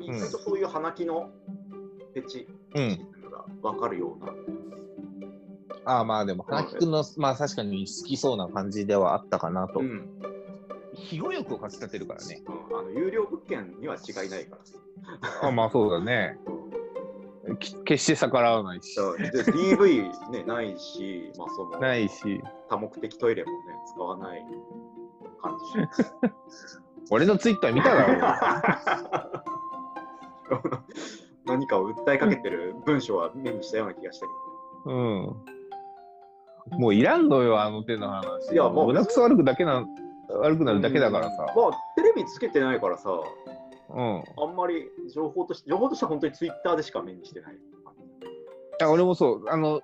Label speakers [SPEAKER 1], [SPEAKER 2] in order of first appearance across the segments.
[SPEAKER 1] 意外とそういう鼻木のフェチ
[SPEAKER 2] うん
[SPEAKER 1] シ。ステムが分かるような、
[SPEAKER 2] ああ、まあでも、花木くんの、まあ確かに好きそうな感じではあったかなと。
[SPEAKER 1] うん
[SPEAKER 2] 肥後欲をかき立てるからね。
[SPEAKER 1] うんあの有料物件には違いないからさ。
[SPEAKER 2] あまあそうだね。き決して逆らわないし。
[SPEAKER 1] だからで DV、ね、ないし、まあ、その
[SPEAKER 2] ないし、
[SPEAKER 1] 多目的トイレもね、使わない感じ。
[SPEAKER 2] 俺のツイッター見ただろうよ。
[SPEAKER 1] 何かを訴えかけてる文章は目にしたような気がしたけ
[SPEAKER 2] うん。もういらんのよ、あの手の話。
[SPEAKER 1] いやもう
[SPEAKER 2] 胸くそ悪くだけな、悪くな
[SPEAKER 1] ど。
[SPEAKER 2] るだけだからさ。
[SPEAKER 1] うんまあ、テレビつけてないからさ、
[SPEAKER 2] うん。い
[SPEAKER 1] あんまり情報として、情報としては本当にツイッターでしか目にしてない。
[SPEAKER 2] や俺もそう、あの、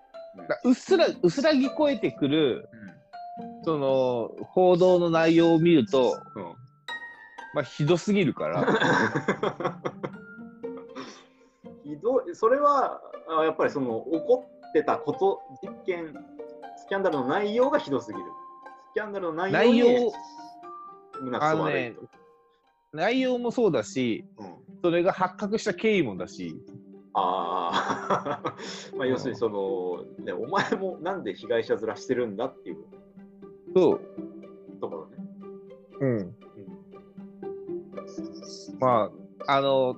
[SPEAKER 2] だうっすら、うっすら聞こえてくる、その、報道の内容を見ると、
[SPEAKER 1] うん。うん。
[SPEAKER 2] まあ、ひどすぎるから。
[SPEAKER 1] ひどい、それはあやっぱりその怒ってたこと、実験、スキャンダルの内容がひどすぎる。スキャンダルの内
[SPEAKER 2] 内
[SPEAKER 1] 容
[SPEAKER 2] 容
[SPEAKER 1] に、胸く
[SPEAKER 2] あ
[SPEAKER 1] そ
[SPEAKER 2] の
[SPEAKER 1] 悪い
[SPEAKER 2] ね
[SPEAKER 1] と。、
[SPEAKER 2] 内容もそうだし、
[SPEAKER 1] うん
[SPEAKER 2] それが発覚した経緯もだし、
[SPEAKER 1] ああ、 まあ要するにその、ね、お前もなんで被害者面してるんだっていう
[SPEAKER 2] そう、
[SPEAKER 1] ところね。
[SPEAKER 2] うん。まあ、あの、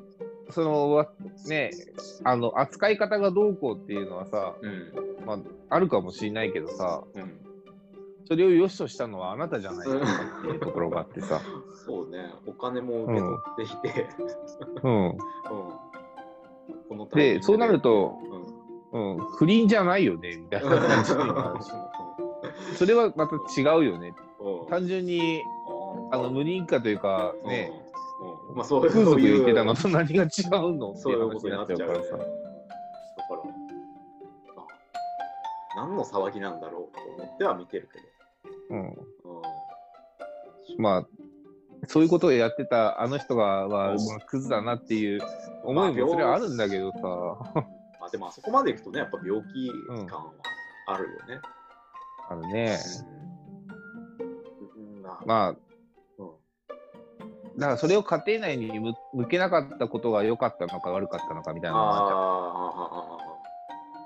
[SPEAKER 2] その、わね、あの、扱い方がどうこうっていうのはさ、
[SPEAKER 1] うん。
[SPEAKER 2] まあ、あるかもしれないけどさ、
[SPEAKER 1] うん。
[SPEAKER 2] それを良しとしたのはあなたじゃないかっていうところがあってさ、
[SPEAKER 1] そうね、お金も受け取っていて、
[SPEAKER 2] うん。
[SPEAKER 1] うん。このタイミング
[SPEAKER 2] で、そうなる、と、
[SPEAKER 1] うん。
[SPEAKER 2] うん、不倫じゃないよね、みたいな感じになるしそれはまた違うよね。
[SPEAKER 1] うん
[SPEAKER 2] 単純に、あの、無認可というか、ね、
[SPEAKER 1] うんうんまあそう
[SPEAKER 2] 風
[SPEAKER 1] そう
[SPEAKER 2] 俗
[SPEAKER 1] い
[SPEAKER 2] 言ってた
[SPEAKER 1] う
[SPEAKER 2] のと 何が違うのって
[SPEAKER 1] そう
[SPEAKER 2] い
[SPEAKER 1] いううこ
[SPEAKER 2] 話
[SPEAKER 1] とに
[SPEAKER 2] にな
[SPEAKER 1] なっ
[SPEAKER 2] っ
[SPEAKER 1] ち
[SPEAKER 2] ち
[SPEAKER 1] ゃ
[SPEAKER 2] ゃ
[SPEAKER 1] うか
[SPEAKER 2] うからら
[SPEAKER 1] さ。だ
[SPEAKER 2] さ
[SPEAKER 1] から、あ何の騒ぎなんだろうと思っては見てるけ
[SPEAKER 2] うん、
[SPEAKER 1] ど。
[SPEAKER 2] まあそういうことをやってたあの人がは、まあ、クズだなっていう思いもそれはあるんだけどさ、
[SPEAKER 1] まあ、でもあそこまでいくとね、やっぱ病気感はあるよね。
[SPEAKER 2] あのね、
[SPEAKER 1] うんうんまあ
[SPEAKER 2] まあ、
[SPEAKER 1] うん
[SPEAKER 2] だからそれを家庭内に向向けなかったことが良かったのか悪かったのかみたいなのがあるじゃん
[SPEAKER 1] あ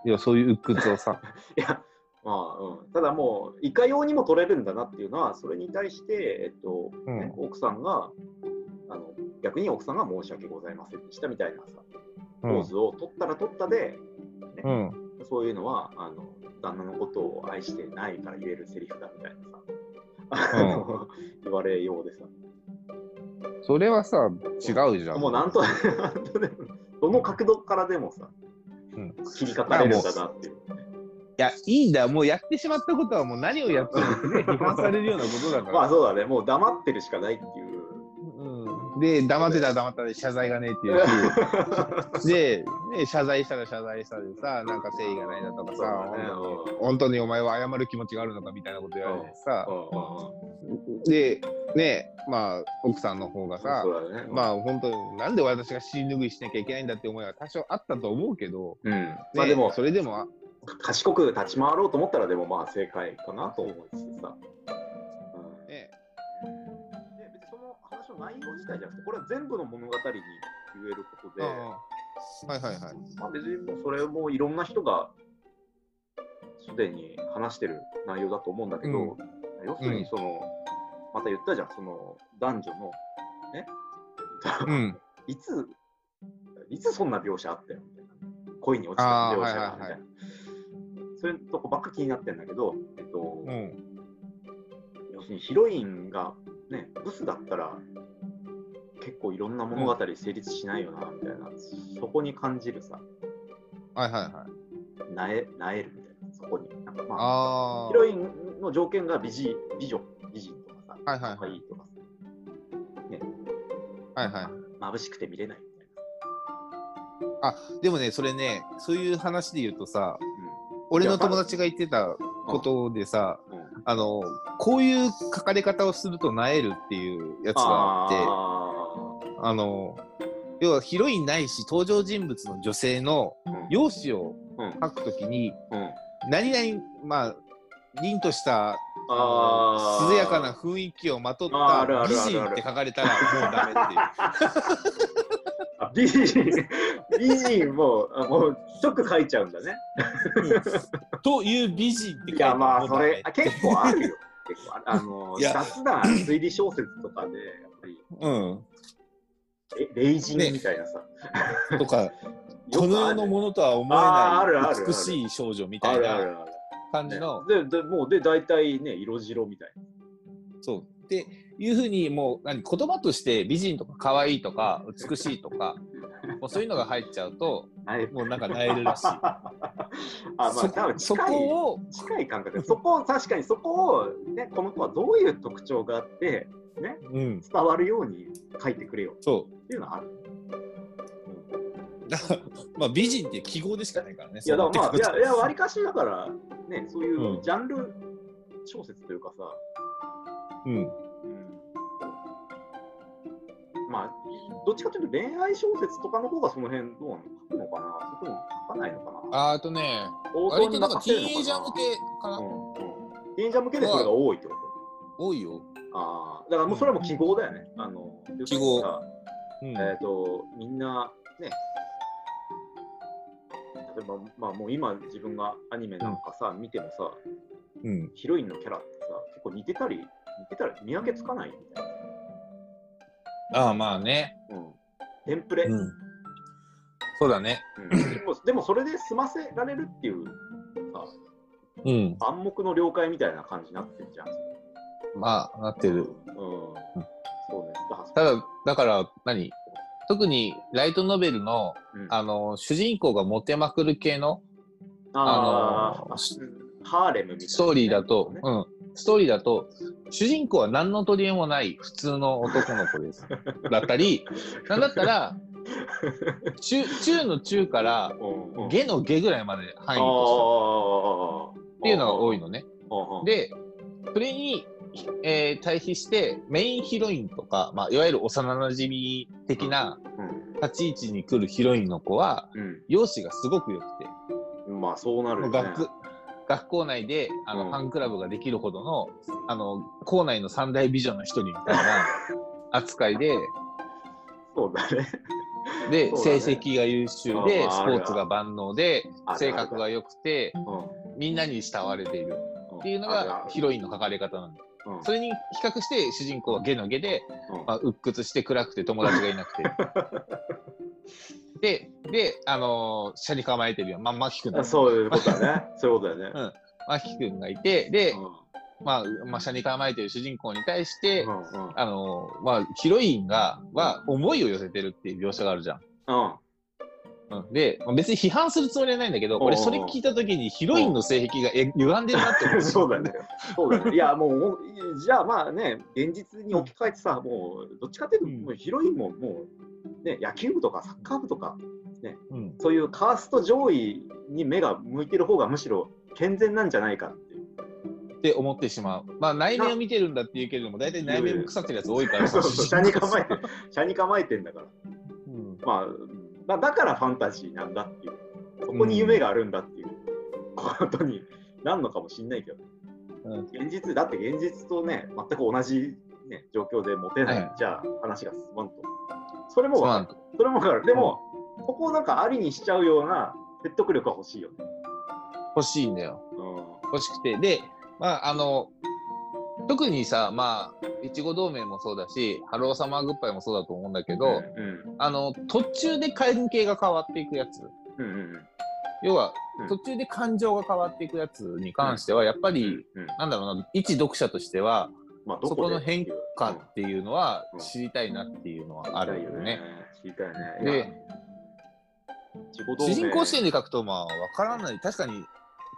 [SPEAKER 2] いやそういう鬱屈 をさ、
[SPEAKER 1] ーいや、まあうん、ただもう、いかようにも取れるんだなっていうのは、それに対して、えっと
[SPEAKER 2] うん
[SPEAKER 1] ね奥さんがあの、逆に奥さんが申し訳ございませんでしたみたいなさ、
[SPEAKER 2] う
[SPEAKER 1] ポー
[SPEAKER 2] ん
[SPEAKER 1] ズを取ったら取ったで、
[SPEAKER 2] うん、
[SPEAKER 1] そういうのはあの旦那のことを愛してないから言えるセリフだみたいなさ、あの言われようでさ、
[SPEAKER 2] それはさ違うじゃん
[SPEAKER 1] もうなんとなんとでも、どの角度からでもさ、
[SPEAKER 2] うん
[SPEAKER 1] 切りかかれるんだなっていう。
[SPEAKER 2] いやいいんだもうやってしまったことはもう何をやってもね批判されるようなことだから
[SPEAKER 1] まあそうだね、もう黙ってるしかないっていう。
[SPEAKER 2] うんで黙ってたら黙ったで謝罪がねえっていう しで、ね、謝罪したら謝罪したでさ、なんか誠意がないだとか
[SPEAKER 1] そう
[SPEAKER 2] さ、
[SPEAKER 1] だねうん
[SPEAKER 2] 本当にお前は謝る気持ちがあるのかみたいなこと言われてさ
[SPEAKER 1] う、んうんうん
[SPEAKER 2] で、ね、まあ、奥さんの方がさ、
[SPEAKER 1] そうだね。
[SPEAKER 2] まあ本当になんで私が死拭いしなきゃいけないんだって思いは多少あったと思うけど、
[SPEAKER 1] うん、
[SPEAKER 2] ね
[SPEAKER 1] まあでも、
[SPEAKER 2] それでもあ
[SPEAKER 1] 賢く立ち回ろうと思ったら、でもまあ正解かなと思うしさ。うん
[SPEAKER 2] ね、
[SPEAKER 1] で別にその話の内容自体じゃなくて、これは全部の物語に言えること
[SPEAKER 2] うん
[SPEAKER 1] で、
[SPEAKER 2] はいはいはい。
[SPEAKER 1] まあ、別にもうそれもいろんな人がすでに話してる内容だと思うんだけど、
[SPEAKER 2] うん
[SPEAKER 1] 要するにその、また言ったじゃん、その男女の、ね、
[SPEAKER 2] うん、
[SPEAKER 1] いつ、いつそんな描写あったよみたいな、恋に落ちた描写が
[SPEAKER 2] あー
[SPEAKER 1] みたい
[SPEAKER 2] はいはい
[SPEAKER 1] な
[SPEAKER 2] は、
[SPEAKER 1] そういうとこばっか気になってんだけど、えっと、
[SPEAKER 2] うん、
[SPEAKER 1] 要するにヒロインがね、ブスだったら、結構いろんな物語成立しないよな、みたいな、そこに感じるさ、
[SPEAKER 2] はいはいはい。
[SPEAKER 1] なえ、なえるみたいな、そこに。なんかまあ、
[SPEAKER 2] あ
[SPEAKER 1] ヒ
[SPEAKER 2] ー
[SPEAKER 1] ロインの条件が美人、美女、美人とかさ、
[SPEAKER 2] はいはいはい
[SPEAKER 1] 可愛いとかさ、
[SPEAKER 2] はいはい。
[SPEAKER 1] 眩しくて見れないみたい
[SPEAKER 2] でもね、それね、そういう話で言うとさ、
[SPEAKER 1] な。
[SPEAKER 2] 俺の友達が言ってたことでさ、
[SPEAKER 1] うん。うん、
[SPEAKER 2] あの、こういう書かれ方をするとなえるっていうやつがあって、あの、要はヒロインないし登場人物の女性の
[SPEAKER 1] ー
[SPEAKER 2] 容姿を
[SPEAKER 1] うん、
[SPEAKER 2] 書くときに、
[SPEAKER 1] うん、うん。
[SPEAKER 2] 何々、まあ、凛とした、
[SPEAKER 1] あー
[SPEAKER 2] 涼やかな雰囲気をまとっ
[SPEAKER 1] あーあ
[SPEAKER 2] た
[SPEAKER 1] るあ
[SPEAKER 2] 美
[SPEAKER 1] るあるある
[SPEAKER 2] 人って書かれたらもうダメっていう。
[SPEAKER 1] あ美人、美人も、あもう、即書いちゃうんだね。
[SPEAKER 2] という美人って書
[SPEAKER 1] い
[SPEAKER 2] てあ
[SPEAKER 1] や、
[SPEAKER 2] る
[SPEAKER 1] まあ、
[SPEAKER 2] の
[SPEAKER 1] そ
[SPEAKER 2] ダ
[SPEAKER 1] れ
[SPEAKER 2] メ、
[SPEAKER 1] あ結構あるよ。結構あるあの、
[SPEAKER 2] いや
[SPEAKER 1] 雑な推理小説とかで、やっぱり、え、霊人みたいなさ、
[SPEAKER 2] うん。とか、
[SPEAKER 1] よ
[SPEAKER 2] こ
[SPEAKER 1] く
[SPEAKER 2] の
[SPEAKER 1] あ
[SPEAKER 2] 世
[SPEAKER 1] る
[SPEAKER 2] のものとは思
[SPEAKER 1] あーあ
[SPEAKER 2] え
[SPEAKER 1] るあ
[SPEAKER 2] な
[SPEAKER 1] るあ
[SPEAKER 2] い
[SPEAKER 1] る
[SPEAKER 2] 美しい少女みた
[SPEAKER 1] あ
[SPEAKER 2] い
[SPEAKER 1] るあ
[SPEAKER 2] な
[SPEAKER 1] るある。
[SPEAKER 2] 感じの、
[SPEAKER 1] ねででもうで大体ね色白みたいな
[SPEAKER 2] そう。っていうふうに、もう何、言葉として美人とか可愛いとか美しいとか、もうそういうのが入っちゃうと、
[SPEAKER 1] はい。
[SPEAKER 2] もうなんか萎えるらしい
[SPEAKER 1] あまあ
[SPEAKER 2] そ
[SPEAKER 1] 多分
[SPEAKER 2] そ
[SPEAKER 1] 近い
[SPEAKER 2] こを、
[SPEAKER 1] 近い感覚でそこを確かにそこを、ね、この子はどういう特徴があって
[SPEAKER 2] うん、
[SPEAKER 1] 伝わるように書いてくれよ
[SPEAKER 2] そ
[SPEAKER 1] っていうのはある
[SPEAKER 2] う。だからまあ美人って記号でしかないからね。
[SPEAKER 1] いやだからまあい
[SPEAKER 2] そうなってく
[SPEAKER 1] や
[SPEAKER 2] る
[SPEAKER 1] いやわりかしだからねそういううんジャンル小説というかさ、
[SPEAKER 2] とうん。
[SPEAKER 1] うんまあどっちかというと恋愛小説とかの方がその辺どうなの書くのかなそれとも書かないのかな
[SPEAKER 2] あーとね、
[SPEAKER 1] 応
[SPEAKER 2] 割
[SPEAKER 1] 答
[SPEAKER 2] と
[SPEAKER 1] に
[SPEAKER 2] なんか
[SPEAKER 1] 任
[SPEAKER 2] テ
[SPEAKER 1] せ
[SPEAKER 2] ィ
[SPEAKER 1] るの
[SPEAKER 2] ーンエイジャー向けかな、
[SPEAKER 1] うんうん、ティーンエイジャー向けでそれが多いってこと
[SPEAKER 2] 多いよ。
[SPEAKER 1] ああだからもうそれはもう記号だよね。あの
[SPEAKER 2] 記
[SPEAKER 1] 要
[SPEAKER 2] 号
[SPEAKER 1] するにさ
[SPEAKER 2] うん
[SPEAKER 1] えっ、と、みんなね、例えば、まあ、もう今自分がアニメなんかさ、見てもさ、
[SPEAKER 2] うん。
[SPEAKER 1] ヒロインのキャラってさ、結構似てたり、似てたり見分けつかないみたいな。
[SPEAKER 2] ああ、まあね。
[SPEAKER 1] うん、テンプレ、うん
[SPEAKER 2] ん。そうだね。
[SPEAKER 1] でも。でもそれで済ませられるっていう
[SPEAKER 2] うん。
[SPEAKER 1] 暗黙の了解みたいな感じになってるじゃん。う
[SPEAKER 2] まあ、なって
[SPEAKER 1] ん
[SPEAKER 2] る。。
[SPEAKER 1] そうね。だから
[SPEAKER 2] ただ、だから、何特にライトノベルの、
[SPEAKER 1] うん
[SPEAKER 2] あの、主人公がモテまくる系の
[SPEAKER 1] あ
[SPEAKER 2] あの
[SPEAKER 1] ーあハーレムみたいなね、
[SPEAKER 2] ストーリーだと、
[SPEAKER 1] ね
[SPEAKER 2] うん、ストーリーだと、主人公は何の取り柄もない普通の男の 子です。だったり、なんだったら、中中の中から、
[SPEAKER 1] うんうん
[SPEAKER 2] 下の下ぐらいまで範囲と
[SPEAKER 1] あー
[SPEAKER 2] したっていうのが多いのね。
[SPEAKER 1] あー
[SPEAKER 2] で、それに、えー対比して、メインヒロインとか、まあ、いわゆる幼馴染み的な立ち位置に来るヒロインの子は、
[SPEAKER 1] うん
[SPEAKER 2] 容姿がすごく良くて、
[SPEAKER 1] うん、まあそうなるよね。
[SPEAKER 2] 学学校内であの、
[SPEAKER 1] うん
[SPEAKER 2] ファンクラブができるほどのあの校内の三大美女の一人みたい な扱いで
[SPEAKER 1] そうだね。
[SPEAKER 2] で、
[SPEAKER 1] そうだ
[SPEAKER 2] 成
[SPEAKER 1] ね
[SPEAKER 2] 績が優秀で
[SPEAKER 1] あー
[SPEAKER 2] スポーツが万能で
[SPEAKER 1] ある
[SPEAKER 2] 性格が良くて
[SPEAKER 1] うん
[SPEAKER 2] みんなに慕われている
[SPEAKER 1] ん
[SPEAKER 2] っていうの
[SPEAKER 1] あるあ
[SPEAKER 2] が
[SPEAKER 1] る
[SPEAKER 2] ヒロインの書かれ方なんだ
[SPEAKER 1] うん
[SPEAKER 2] それに比較して主人公はゲのゲで、
[SPEAKER 1] うん
[SPEAKER 2] まあ、鬱屈して暗くて友達がい なくてでであのー、車に構えてるよ、まあ、マキ君だ
[SPEAKER 1] あそういうこと だね。そういうことだよね。
[SPEAKER 2] マキ君がいてで、
[SPEAKER 1] うん
[SPEAKER 2] まあ、まあ、車に構えてる主人公に対して、
[SPEAKER 1] うんうん
[SPEAKER 2] あの、まあ、ヒロインが、は、思いを寄せてるっていう描写があるじゃん。
[SPEAKER 1] うん
[SPEAKER 2] うん、で、まあ別に批判するつもりはないんだけど、
[SPEAKER 1] うんうん
[SPEAKER 2] 俺、それ聞いたときにヒロインの性癖がえ歪んでるなって 思
[SPEAKER 1] そうだね。そうだね。いやもうもうじゃあまあね現実に置き換えてさもうどっちかっていうと、
[SPEAKER 2] うん
[SPEAKER 1] もうヒロインももうね野球部とかサッカー部とか
[SPEAKER 2] うん。
[SPEAKER 1] そういうカースト上位に目が向いてる方がむしろ健全なんじゃないかっていう。
[SPEAKER 2] って思ってしまう。まあ、内面を見てるんだって言うけれども、大体内面も腐ってるやつ多いか ら、
[SPEAKER 1] そうそう、
[SPEAKER 2] 主人
[SPEAKER 1] 車に
[SPEAKER 2] 公
[SPEAKER 1] 構えて、車に構えてんだから。
[SPEAKER 2] うん
[SPEAKER 1] まあうん、だだからファンタジーなんだっていう、そこに夢があるんだっていうことになるのかもしれないけど、
[SPEAKER 2] うん
[SPEAKER 1] 現実、だって現実とね、全く同じ、ね、状況でモテない、
[SPEAKER 2] はい
[SPEAKER 1] じゃあ話が進まんと。それも
[SPEAKER 2] そう
[SPEAKER 1] わ
[SPEAKER 2] な
[SPEAKER 1] か
[SPEAKER 2] ん
[SPEAKER 1] る
[SPEAKER 2] だ。
[SPEAKER 1] それもわかる。でも、ここをなんかありにしちゃうような説得力が欲しいよね。
[SPEAKER 2] 欲しいんだよ。
[SPEAKER 1] う
[SPEAKER 2] 欲しくて。で、まあ、あの、特にさ、まあ、いちご同盟もそうだし、ハローサマーグッバイもそうだと思うんだけど、
[SPEAKER 1] ん。うん。
[SPEAKER 2] あの、途中で関係が変わっていくやつ。
[SPEAKER 1] うん。うん。
[SPEAKER 2] 要は
[SPEAKER 1] うん
[SPEAKER 2] 途中で感情が変わっていくやつに関してはやっぱり、
[SPEAKER 1] うん。
[SPEAKER 2] なんだろうな一読者としては
[SPEAKER 1] まあ、どこで
[SPEAKER 2] そこの変か
[SPEAKER 1] うん
[SPEAKER 2] っていうのは
[SPEAKER 1] うん
[SPEAKER 2] 知りたいなっていうのはあるよね。。
[SPEAKER 1] 知りたいね。いや
[SPEAKER 2] で、
[SPEAKER 1] 自己同
[SPEAKER 2] 主
[SPEAKER 1] 盟
[SPEAKER 2] 人公視点で書くとまあわからない確かに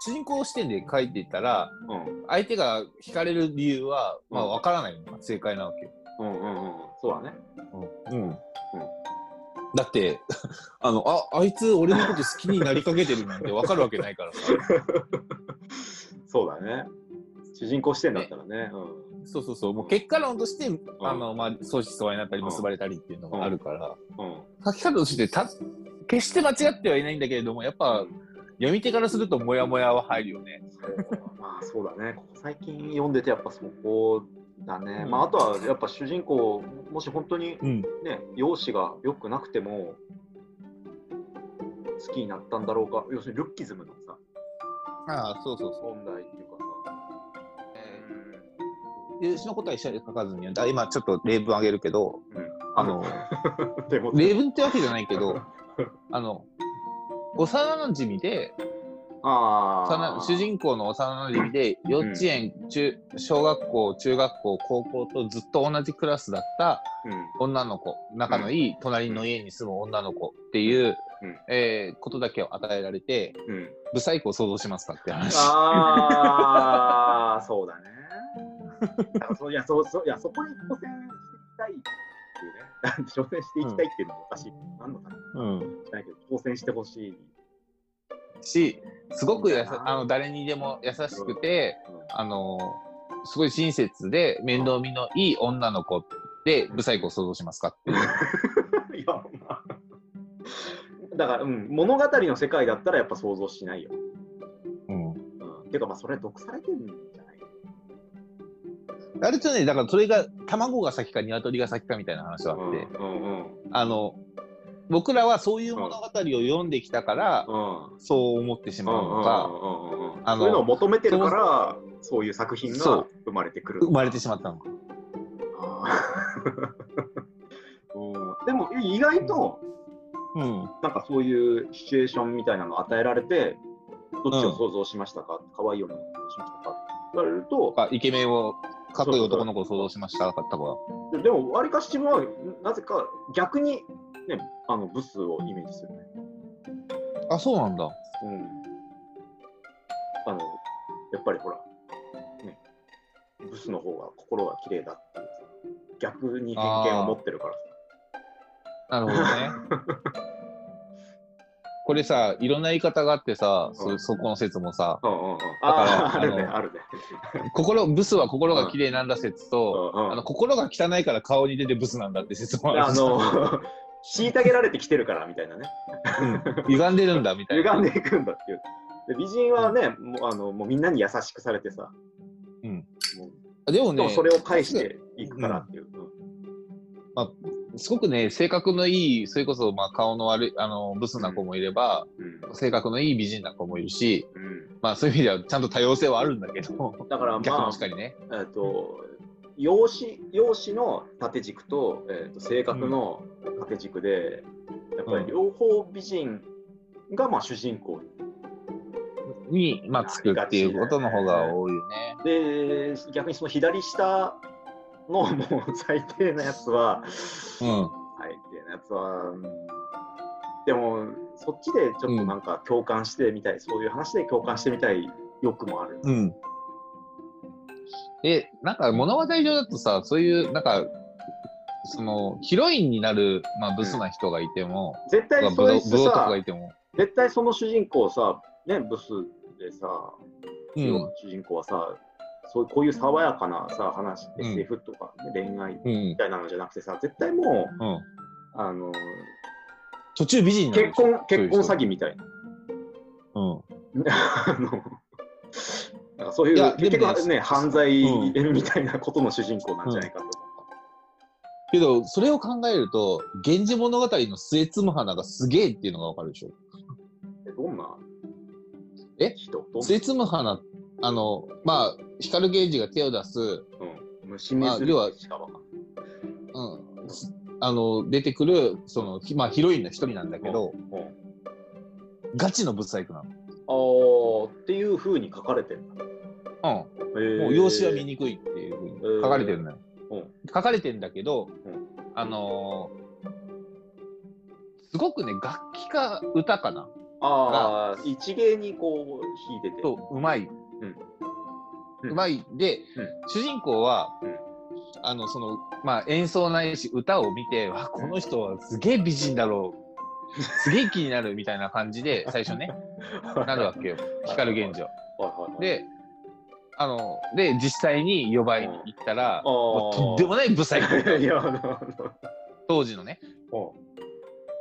[SPEAKER 2] 主人公視点で書いていたら
[SPEAKER 1] うん
[SPEAKER 2] 相手が惹かれる理由はまあ
[SPEAKER 1] うん
[SPEAKER 2] わからないのが正解なわけよ。
[SPEAKER 1] うんうんうん。そうだね。
[SPEAKER 2] うんだって あのああいつ俺のこと好きになりかけてるなんてわかるわけないからさ
[SPEAKER 1] そうだね。主人公視点だったらね。う
[SPEAKER 2] そうそうそうもう結果論として、あのまあ相思相愛になったり結ばれたりっていうのがあるから、
[SPEAKER 1] ん。うん。
[SPEAKER 2] 書き方としてた決して間違ってはいないんだけれどもやっぱ読み手からするとモヤモヤは入るよね。
[SPEAKER 1] そうまあそうだね。ここ最近読んでてやっぱそこだね、まあ、あとはやっぱ主人公もし本当に
[SPEAKER 2] うん、
[SPEAKER 1] ね容姿が良くなくても好きになったんだろうか要するにルッキズムのさ
[SPEAKER 2] ああ、そうそうそ
[SPEAKER 1] 問題っていうかさ、
[SPEAKER 2] う。で、うちのことは一緒に書かずに、だ今ちょっと例文あげるけど、
[SPEAKER 1] うん、
[SPEAKER 2] あの、
[SPEAKER 1] でも
[SPEAKER 2] 例文ってわけじゃないけ ど、あの、幼馴染で、幼
[SPEAKER 1] ああ
[SPEAKER 2] 主人公の幼馴染で、幼稚園、中、小学校、中学校、高校とずっと同じクラスだった女の子、仲のいい隣の家に住む女の子っていう、
[SPEAKER 1] うん
[SPEAKER 2] えーことだけを与えられて、
[SPEAKER 1] うん、うん、
[SPEAKER 2] ブサイクを想像しますかって話。
[SPEAKER 1] ああそうだねだからそういやそうそういやそこに挑戦していきたいっていうね挑戦していきたいっていうのもおかしい、何のためか
[SPEAKER 2] うん。
[SPEAKER 1] 知らないけど挑戦してほしい、
[SPEAKER 2] し、すごくや
[SPEAKER 1] いい
[SPEAKER 2] さ
[SPEAKER 1] な
[SPEAKER 2] あの誰にでも優しくて、
[SPEAKER 1] うん
[SPEAKER 2] あのすごい親切で面倒見のいい女の子でブサイクを想像しますかっていう。
[SPEAKER 1] いや、まあ、だから、うん、物語の世界だったらやっぱ想像しないよ。
[SPEAKER 2] うん。
[SPEAKER 1] うん、てか、まあ、それ毒されてるんじゃない
[SPEAKER 2] あれとね、だからそれが卵が先か鶏が先かみたいな話があって、
[SPEAKER 1] うんうん
[SPEAKER 2] あの僕らはそういう物語を読んできたから、
[SPEAKER 1] うん
[SPEAKER 2] そう思ってしまうのか、
[SPEAKER 1] うんうんうんうん
[SPEAKER 2] あの
[SPEAKER 1] そういうのを求めてるから、そういう作品
[SPEAKER 2] そ
[SPEAKER 1] が
[SPEAKER 2] う
[SPEAKER 1] 生まれてくる。
[SPEAKER 2] 生まれてしまったのか。
[SPEAKER 1] あー うんでも意外と、
[SPEAKER 2] うん。
[SPEAKER 1] なんかそういうシチュエーションみたいなの与えられて、どっちを想像しましたか、可愛いような想像しましたかって言われると、
[SPEAKER 2] かイケメンをかっこいい男の子を想像しましたかったか。
[SPEAKER 1] ででも、わりかし自分はなぜか逆に、ね、あのブスをイメージするね。
[SPEAKER 2] あ、そうなんだ。
[SPEAKER 1] うん、あのやっぱりほら、ね、ブスの方が心が綺麗だっていうさ逆に偏見を持ってるからさ。
[SPEAKER 2] なるほど ね。これさ、いろんな言い方があってさ、
[SPEAKER 1] う
[SPEAKER 2] そ
[SPEAKER 1] ん
[SPEAKER 2] そこの説もさ、
[SPEAKER 1] うんうんうん、
[SPEAKER 2] ら
[SPEAKER 1] あーあるね、
[SPEAKER 2] あの
[SPEAKER 1] あるね。
[SPEAKER 2] 心、ブスは心が綺麗なんだ説と、
[SPEAKER 1] うんうん
[SPEAKER 2] あの心が汚いから顔に出てブスなんだって説もあ る
[SPEAKER 1] あの、虐げられてきてるからみたいなね。
[SPEAKER 2] うん 歪んでるんだみたいな。
[SPEAKER 1] 歪んでいくんだっていう。で美人はね、もうあのもうみんなに優しくされてさ、
[SPEAKER 2] でも
[SPEAKER 1] でも
[SPEAKER 2] ね
[SPEAKER 1] それを返していくからっていう。うん
[SPEAKER 2] すごくね、性格のいい、それこそまあ顔の悪い、あの、ブスな子もいれば、
[SPEAKER 1] うん
[SPEAKER 2] 性格のいい美人な子もいるし、
[SPEAKER 1] うん
[SPEAKER 2] まあそういう意味ではちゃんと多様性はあるんだけど、
[SPEAKER 1] だから
[SPEAKER 2] 逆
[SPEAKER 1] ま
[SPEAKER 2] も
[SPEAKER 1] あ
[SPEAKER 2] し、かりね。
[SPEAKER 1] えっと容姿容姿の縦軸と,、えっと性格の縦軸で、やっぱり両方美人がまあ主人公
[SPEAKER 2] に、まあつくっていうことの方が多いよ
[SPEAKER 1] で
[SPEAKER 2] ね。
[SPEAKER 1] 逆にその左下のもう最低なやつは、
[SPEAKER 2] うん。
[SPEAKER 1] 最低なやつは、うんでもそっちでちょっとなんか共感してみたい、そういう話で共感してみたい欲もある。
[SPEAKER 2] うん。で、なんか物語上だとさ、そういう、なんか、その、ヒロインになる、まあ、ブスな人がいても、
[SPEAKER 1] 絶
[SPEAKER 2] ま
[SPEAKER 1] 対
[SPEAKER 2] あブ
[SPEAKER 1] そ
[SPEAKER 2] ロ
[SPEAKER 1] い
[SPEAKER 2] ブ
[SPEAKER 1] つ
[SPEAKER 2] ロとか
[SPEAKER 1] さ
[SPEAKER 2] がいても、
[SPEAKER 1] 絶対その主人公さねブスでさ
[SPEAKER 2] う
[SPEAKER 1] 主
[SPEAKER 2] ん、
[SPEAKER 1] 人公はさ、そうこういう爽やかなさ話、
[SPEAKER 2] うん
[SPEAKER 1] SF とか、ね、恋愛み
[SPEAKER 2] うん、
[SPEAKER 1] たいなのじゃなくてさ、絶対もう、
[SPEAKER 2] うん。
[SPEAKER 1] あの
[SPEAKER 2] 途中美人になる
[SPEAKER 1] 結
[SPEAKER 2] でしょ。
[SPEAKER 1] 婚結婚詐欺みたいな。 あのなんかそうい
[SPEAKER 2] いうや
[SPEAKER 1] 結
[SPEAKER 2] でもね
[SPEAKER 1] 局ね犯罪
[SPEAKER 2] う
[SPEAKER 1] みたいなことの主人公なんじゃないかと思った。
[SPEAKER 2] うん。けど、それを考えると、源氏物語の末妻花がすげえっていうのがわかるでしょ。
[SPEAKER 1] えどんな
[SPEAKER 2] え
[SPEAKER 1] 人どんな
[SPEAKER 2] 末妻花、あの、まあ、光源氏が手を出す、
[SPEAKER 1] うん、虫目する
[SPEAKER 2] まあ要は
[SPEAKER 1] しかわかんない。
[SPEAKER 2] うん、あの、出てくる、その、ひまあ、ヒロインの一人なんだけど、
[SPEAKER 1] うん
[SPEAKER 2] ガチのブサイクな
[SPEAKER 1] あーっていうふうに書かれてるんだ。
[SPEAKER 2] の。うん。もう容姿は見にくいっていうふうに書かれてるのよ。
[SPEAKER 1] うん
[SPEAKER 2] 書かれてんだけど、
[SPEAKER 1] うん
[SPEAKER 2] あのーすごくね楽器か歌かな
[SPEAKER 1] ああ、一芸にこう、秀でて。
[SPEAKER 2] とうまい、
[SPEAKER 1] うん
[SPEAKER 2] うまいで、
[SPEAKER 1] うん
[SPEAKER 2] 主人公は、
[SPEAKER 1] うん
[SPEAKER 2] あのそのまあ演奏ないし歌を見て、わこの人はすげえ美人だろう。すげえ気になるみたいな感じで最 初ねなるわけよ光源氏は。
[SPEAKER 1] はいはいはい、
[SPEAKER 2] であので実際に呼ばいに行った
[SPEAKER 1] うん
[SPEAKER 2] ら、
[SPEAKER 1] あー
[SPEAKER 2] もうとんでもないブサイク
[SPEAKER 1] いや、なるほど。
[SPEAKER 2] 当時のね
[SPEAKER 1] う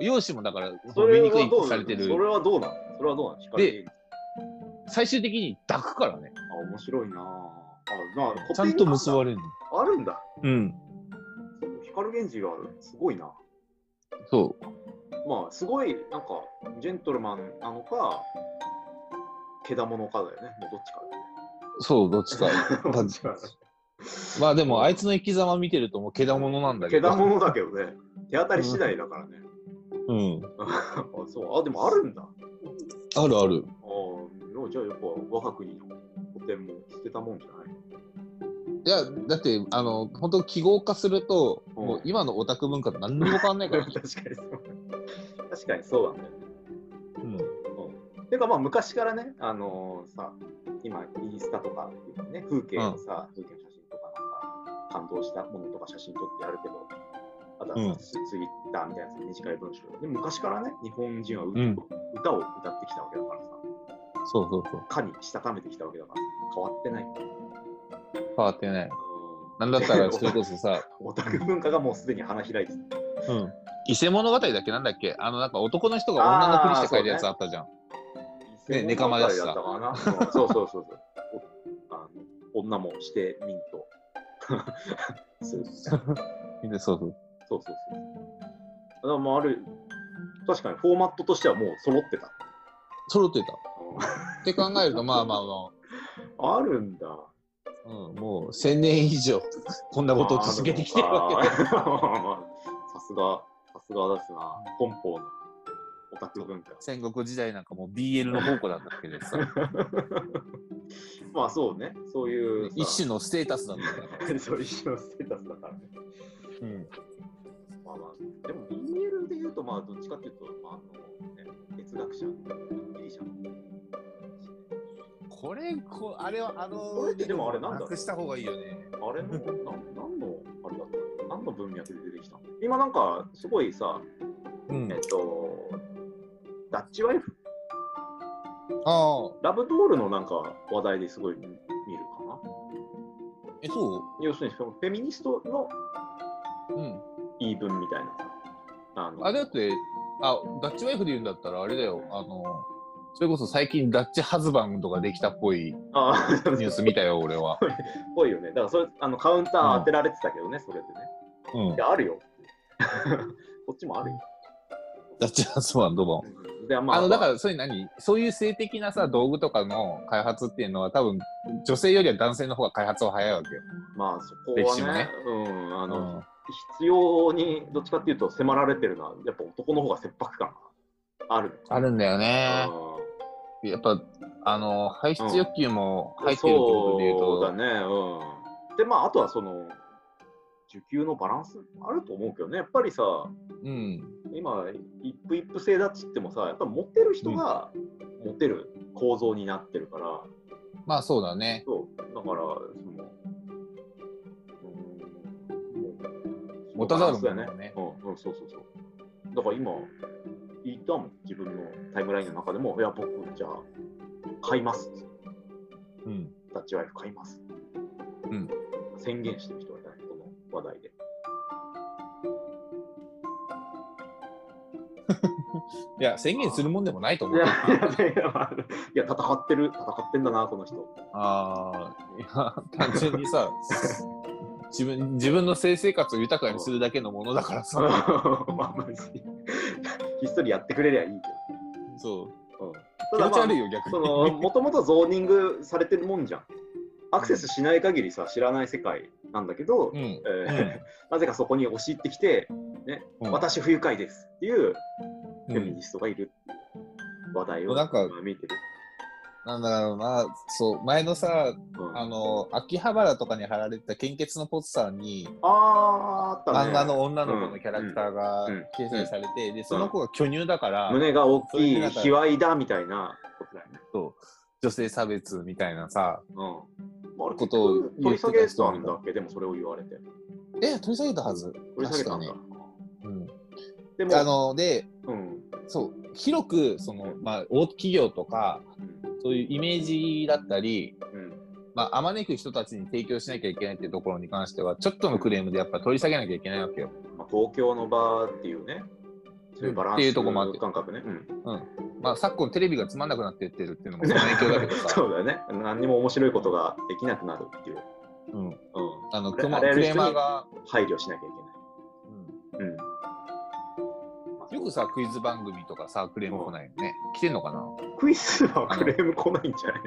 [SPEAKER 2] 容姿もだから
[SPEAKER 1] ん
[SPEAKER 2] 見にくいされて
[SPEAKER 1] それ
[SPEAKER 2] る
[SPEAKER 1] はどうなのそれはどうなの光
[SPEAKER 2] で
[SPEAKER 1] 源氏
[SPEAKER 2] 最終的に抱くからね
[SPEAKER 1] あ、面白いなぁ。あ、まあ、
[SPEAKER 2] ちゃんと結ばれるの
[SPEAKER 1] ああるんだ。
[SPEAKER 2] うん。
[SPEAKER 1] 光源氏がすごいな。
[SPEAKER 2] そう。
[SPEAKER 1] まあ、すごい、なんか、ジェントルマンなのか、けだものかだよね。もうどっちか
[SPEAKER 2] そう、どっちか。
[SPEAKER 1] だよね。
[SPEAKER 2] どっちか まあでも、あいつの生き様見てるともう、けだものなんだ
[SPEAKER 1] け
[SPEAKER 2] けど。
[SPEAKER 1] だものだけどね。手当たり次第だからね。
[SPEAKER 2] うん。
[SPEAKER 1] あそう、あ、でもあるんだ。あ
[SPEAKER 2] あるある。
[SPEAKER 1] あ、じゃあやっぱ我が国の古典も捨てたもんじゃない。
[SPEAKER 2] いや、だって、あの、本当記号化すると、
[SPEAKER 1] うん
[SPEAKER 2] もう今のオタク文化と何にも変わんないか ら。
[SPEAKER 1] 確かにそう。確かにそうなんだよね。
[SPEAKER 2] うん。
[SPEAKER 1] うん。てかまあ昔からね、あのーさ、今インスタとかいうね、風景のさ、風景の写真とかなんか感動したものとか写真撮ってあるけど、あとはさ、
[SPEAKER 2] うん
[SPEAKER 1] ツツイッターみたいなやつ短い文章。で昔からね、日本人は歌,、
[SPEAKER 2] うん
[SPEAKER 1] 歌を歌ってきたわけだからさ、
[SPEAKER 2] そうそうそう。
[SPEAKER 1] かにしたためてきたわけだからさ変わってない。
[SPEAKER 2] 変わってない。
[SPEAKER 1] う
[SPEAKER 2] なんだったら、それこそさ、
[SPEAKER 1] オタク文化がもうすでに花開いてる
[SPEAKER 2] うん。伊勢物語だっけなんだっけあの、なんか男の人が女のふりして書いたやつあったじゃん。ねネカマだしさ
[SPEAKER 1] ったかな。うんそうそうそうそう。おあの女もしてミント。 そうそう
[SPEAKER 2] みんなそうそう。
[SPEAKER 1] そうそうそう。あまあある確かにフォーマットとしてはもう揃ってた。
[SPEAKER 2] 揃ってた。って考えると、まあまあ
[SPEAKER 1] う
[SPEAKER 2] ま
[SPEAKER 1] んあるんだ。
[SPEAKER 2] あ、うん、もう1000年以上、こんなことを続けてきてるわけ
[SPEAKER 1] あ
[SPEAKER 2] だ。
[SPEAKER 1] ーでもあーさすが、さすがですな。本邦のオタク文化。
[SPEAKER 2] 戦国時代なんかもう BL の宝庫だったわけでさ、
[SPEAKER 1] まあそうね、そういうさ。
[SPEAKER 2] 一種のステータスなんだか ら。
[SPEAKER 1] そう一種のステータスだからね。
[SPEAKER 2] うん。
[SPEAKER 1] まあまあ、でも BL で言うと、まあ、どっちかっていうと、まあ、あの、ね、哲学者、ギリシャの。
[SPEAKER 2] これ、こあれは、あの、
[SPEAKER 1] これってでもあれなんだ
[SPEAKER 2] なくした方がいいよね。
[SPEAKER 1] あれの、な何の、あれだった何の文脈で出てきたの今なんか、すごいさ、
[SPEAKER 2] うん
[SPEAKER 1] えっ。と、ダッチワイフ、
[SPEAKER 2] ああ、
[SPEAKER 1] ラブドールのなんか話題ですごい見るかな。
[SPEAKER 2] え、そ
[SPEAKER 1] 要するに、そのフェミニストの
[SPEAKER 2] ううん。
[SPEAKER 1] 言い分みたいなさ。あの
[SPEAKER 2] あれだって、あ、ダッチワイフで言うんだったらあれだよ、あの、それこそ最近ダッチハズバンドができたっぽい
[SPEAKER 1] あー
[SPEAKER 2] ニュース見たよ、俺は。
[SPEAKER 1] ぽいよね。だからそれあのカウンター当てられてたけどね、それでね。
[SPEAKER 2] うん
[SPEAKER 1] い。や、あるよ。 こっちもあるよ。
[SPEAKER 2] ダッチハズバンド版。
[SPEAKER 1] でま
[SPEAKER 2] あの、だから、そういう何そういう性的なさ、道具とかの開発っていうのは多分、女性よりは男性の方が開発は早いわけよ。
[SPEAKER 1] まあそこは
[SPEAKER 2] 歴史も
[SPEAKER 1] ね、
[SPEAKER 2] ね
[SPEAKER 1] うん、あ
[SPEAKER 2] あ
[SPEAKER 1] の、
[SPEAKER 2] の、
[SPEAKER 1] 必要にどっちかっていうと迫られてるのは、やっぱ男の方が切迫感がある。
[SPEAKER 2] あるんだよね。
[SPEAKER 1] う
[SPEAKER 2] やっぱ、あの、排出欲求も
[SPEAKER 1] ん
[SPEAKER 2] 入ってるってことで言う
[SPEAKER 1] そうだ
[SPEAKER 2] と、
[SPEAKER 1] ね、うん。で、まあ、あとはその、受給のバランスあると思うけどね、やっぱりさ、
[SPEAKER 2] うん。
[SPEAKER 1] 今、一夫一夫制だっつってもさ、やっぱ持ってる人が持てる構造になってるから、
[SPEAKER 2] まあそうだね。
[SPEAKER 1] そう、だから、その、うんもう
[SPEAKER 2] 持たざ
[SPEAKER 1] バラ
[SPEAKER 2] るもの
[SPEAKER 1] ンスだよ
[SPEAKER 2] だね
[SPEAKER 1] うん、うん、そうそうそう。だから今、言ったもん、自分のタイムラインの中でも、いや、僕、じゃあ、買います。
[SPEAKER 2] うん。
[SPEAKER 1] ダッチワイフ買います。
[SPEAKER 2] うん。
[SPEAKER 1] 宣言してる人がいたね、この話題で。
[SPEAKER 2] いや、宣言するもんでもないと思
[SPEAKER 1] いうや
[SPEAKER 2] よ。、
[SPEAKER 1] いやいや、 いや戦ってる、戦ってんだな、この人。
[SPEAKER 2] ああ、いや、単純に さ、自分、自分の性生活を豊かにするだけのものだから
[SPEAKER 1] ま
[SPEAKER 2] さ、
[SPEAKER 1] あ、まあ、ひっそりやってくれりゃいいけ
[SPEAKER 2] そう。
[SPEAKER 1] ど。うん。
[SPEAKER 2] 気
[SPEAKER 1] ただ
[SPEAKER 2] 持
[SPEAKER 1] ま
[SPEAKER 2] ち
[SPEAKER 1] あ
[SPEAKER 2] 悪いよ、逆
[SPEAKER 1] そ
[SPEAKER 2] に。
[SPEAKER 1] のもともとゾーニングされてるもんじゃん。アクセスしない限りさ知らない世界なんだけど、
[SPEAKER 2] うん。
[SPEAKER 1] えーなぜかそこに押し入ってきて「
[SPEAKER 2] うん、
[SPEAKER 1] 私不愉快です」っていう
[SPEAKER 2] う
[SPEAKER 1] フェミ
[SPEAKER 2] ん
[SPEAKER 1] ニストがいる話題を
[SPEAKER 2] なんか
[SPEAKER 1] 今見てる。
[SPEAKER 2] なんだろうな、そう、前のさ、
[SPEAKER 1] うん
[SPEAKER 2] あの、秋葉原とかに貼られてた献血のポスターに、
[SPEAKER 1] あーあったね。
[SPEAKER 2] 漫画の女の子のキャラクターが
[SPEAKER 1] うんうん
[SPEAKER 2] 掲載されて、で、その子が巨乳だから、
[SPEAKER 1] 胸が大
[SPEAKER 2] そう
[SPEAKER 1] き
[SPEAKER 2] いう
[SPEAKER 1] い、
[SPEAKER 2] 姿
[SPEAKER 1] 卑猥だみたいなことだよね。
[SPEAKER 2] そう女性差別みたいなさ、
[SPEAKER 1] うん、あれ
[SPEAKER 2] ことを
[SPEAKER 1] 結局取り下げたんだっけでもそれを言われて。
[SPEAKER 2] え、取り下げたはず。
[SPEAKER 1] 取り下げたんだ。
[SPEAKER 2] 確うん。
[SPEAKER 1] で
[SPEAKER 2] あ
[SPEAKER 1] も、
[SPEAKER 2] の、で、
[SPEAKER 1] うん
[SPEAKER 2] そう、広く、その、まあ、大企業とか、そういうイメージだったり、
[SPEAKER 1] うん
[SPEAKER 2] まあ、あまねく人たちに提供しなきゃいけないっていうところに関しては、ちょっとのクレームでやっぱ取り下げなきゃいけないわけよ。
[SPEAKER 1] まあ、東京の場っていうね、そういうバラン
[SPEAKER 2] っていう
[SPEAKER 1] ス
[SPEAKER 2] とこもあって
[SPEAKER 1] 感覚ね。うん
[SPEAKER 2] まあ、昨今テレビがつまん なくなってってるっていうのもその影響だけどさ、
[SPEAKER 1] そうだよね。何にも面白いことができなくなるっていう。
[SPEAKER 2] うん、
[SPEAKER 1] う
[SPEAKER 2] あの
[SPEAKER 1] あれ
[SPEAKER 2] クマ
[SPEAKER 1] あれ
[SPEAKER 2] クレーマーが、
[SPEAKER 1] ん、配慮しなきゃいけ
[SPEAKER 2] うん
[SPEAKER 1] ない。うん
[SPEAKER 2] よくさクイズ番組とかさクレーム来ないよね、来てんのかな
[SPEAKER 1] クイズはクレーム来ないんじゃない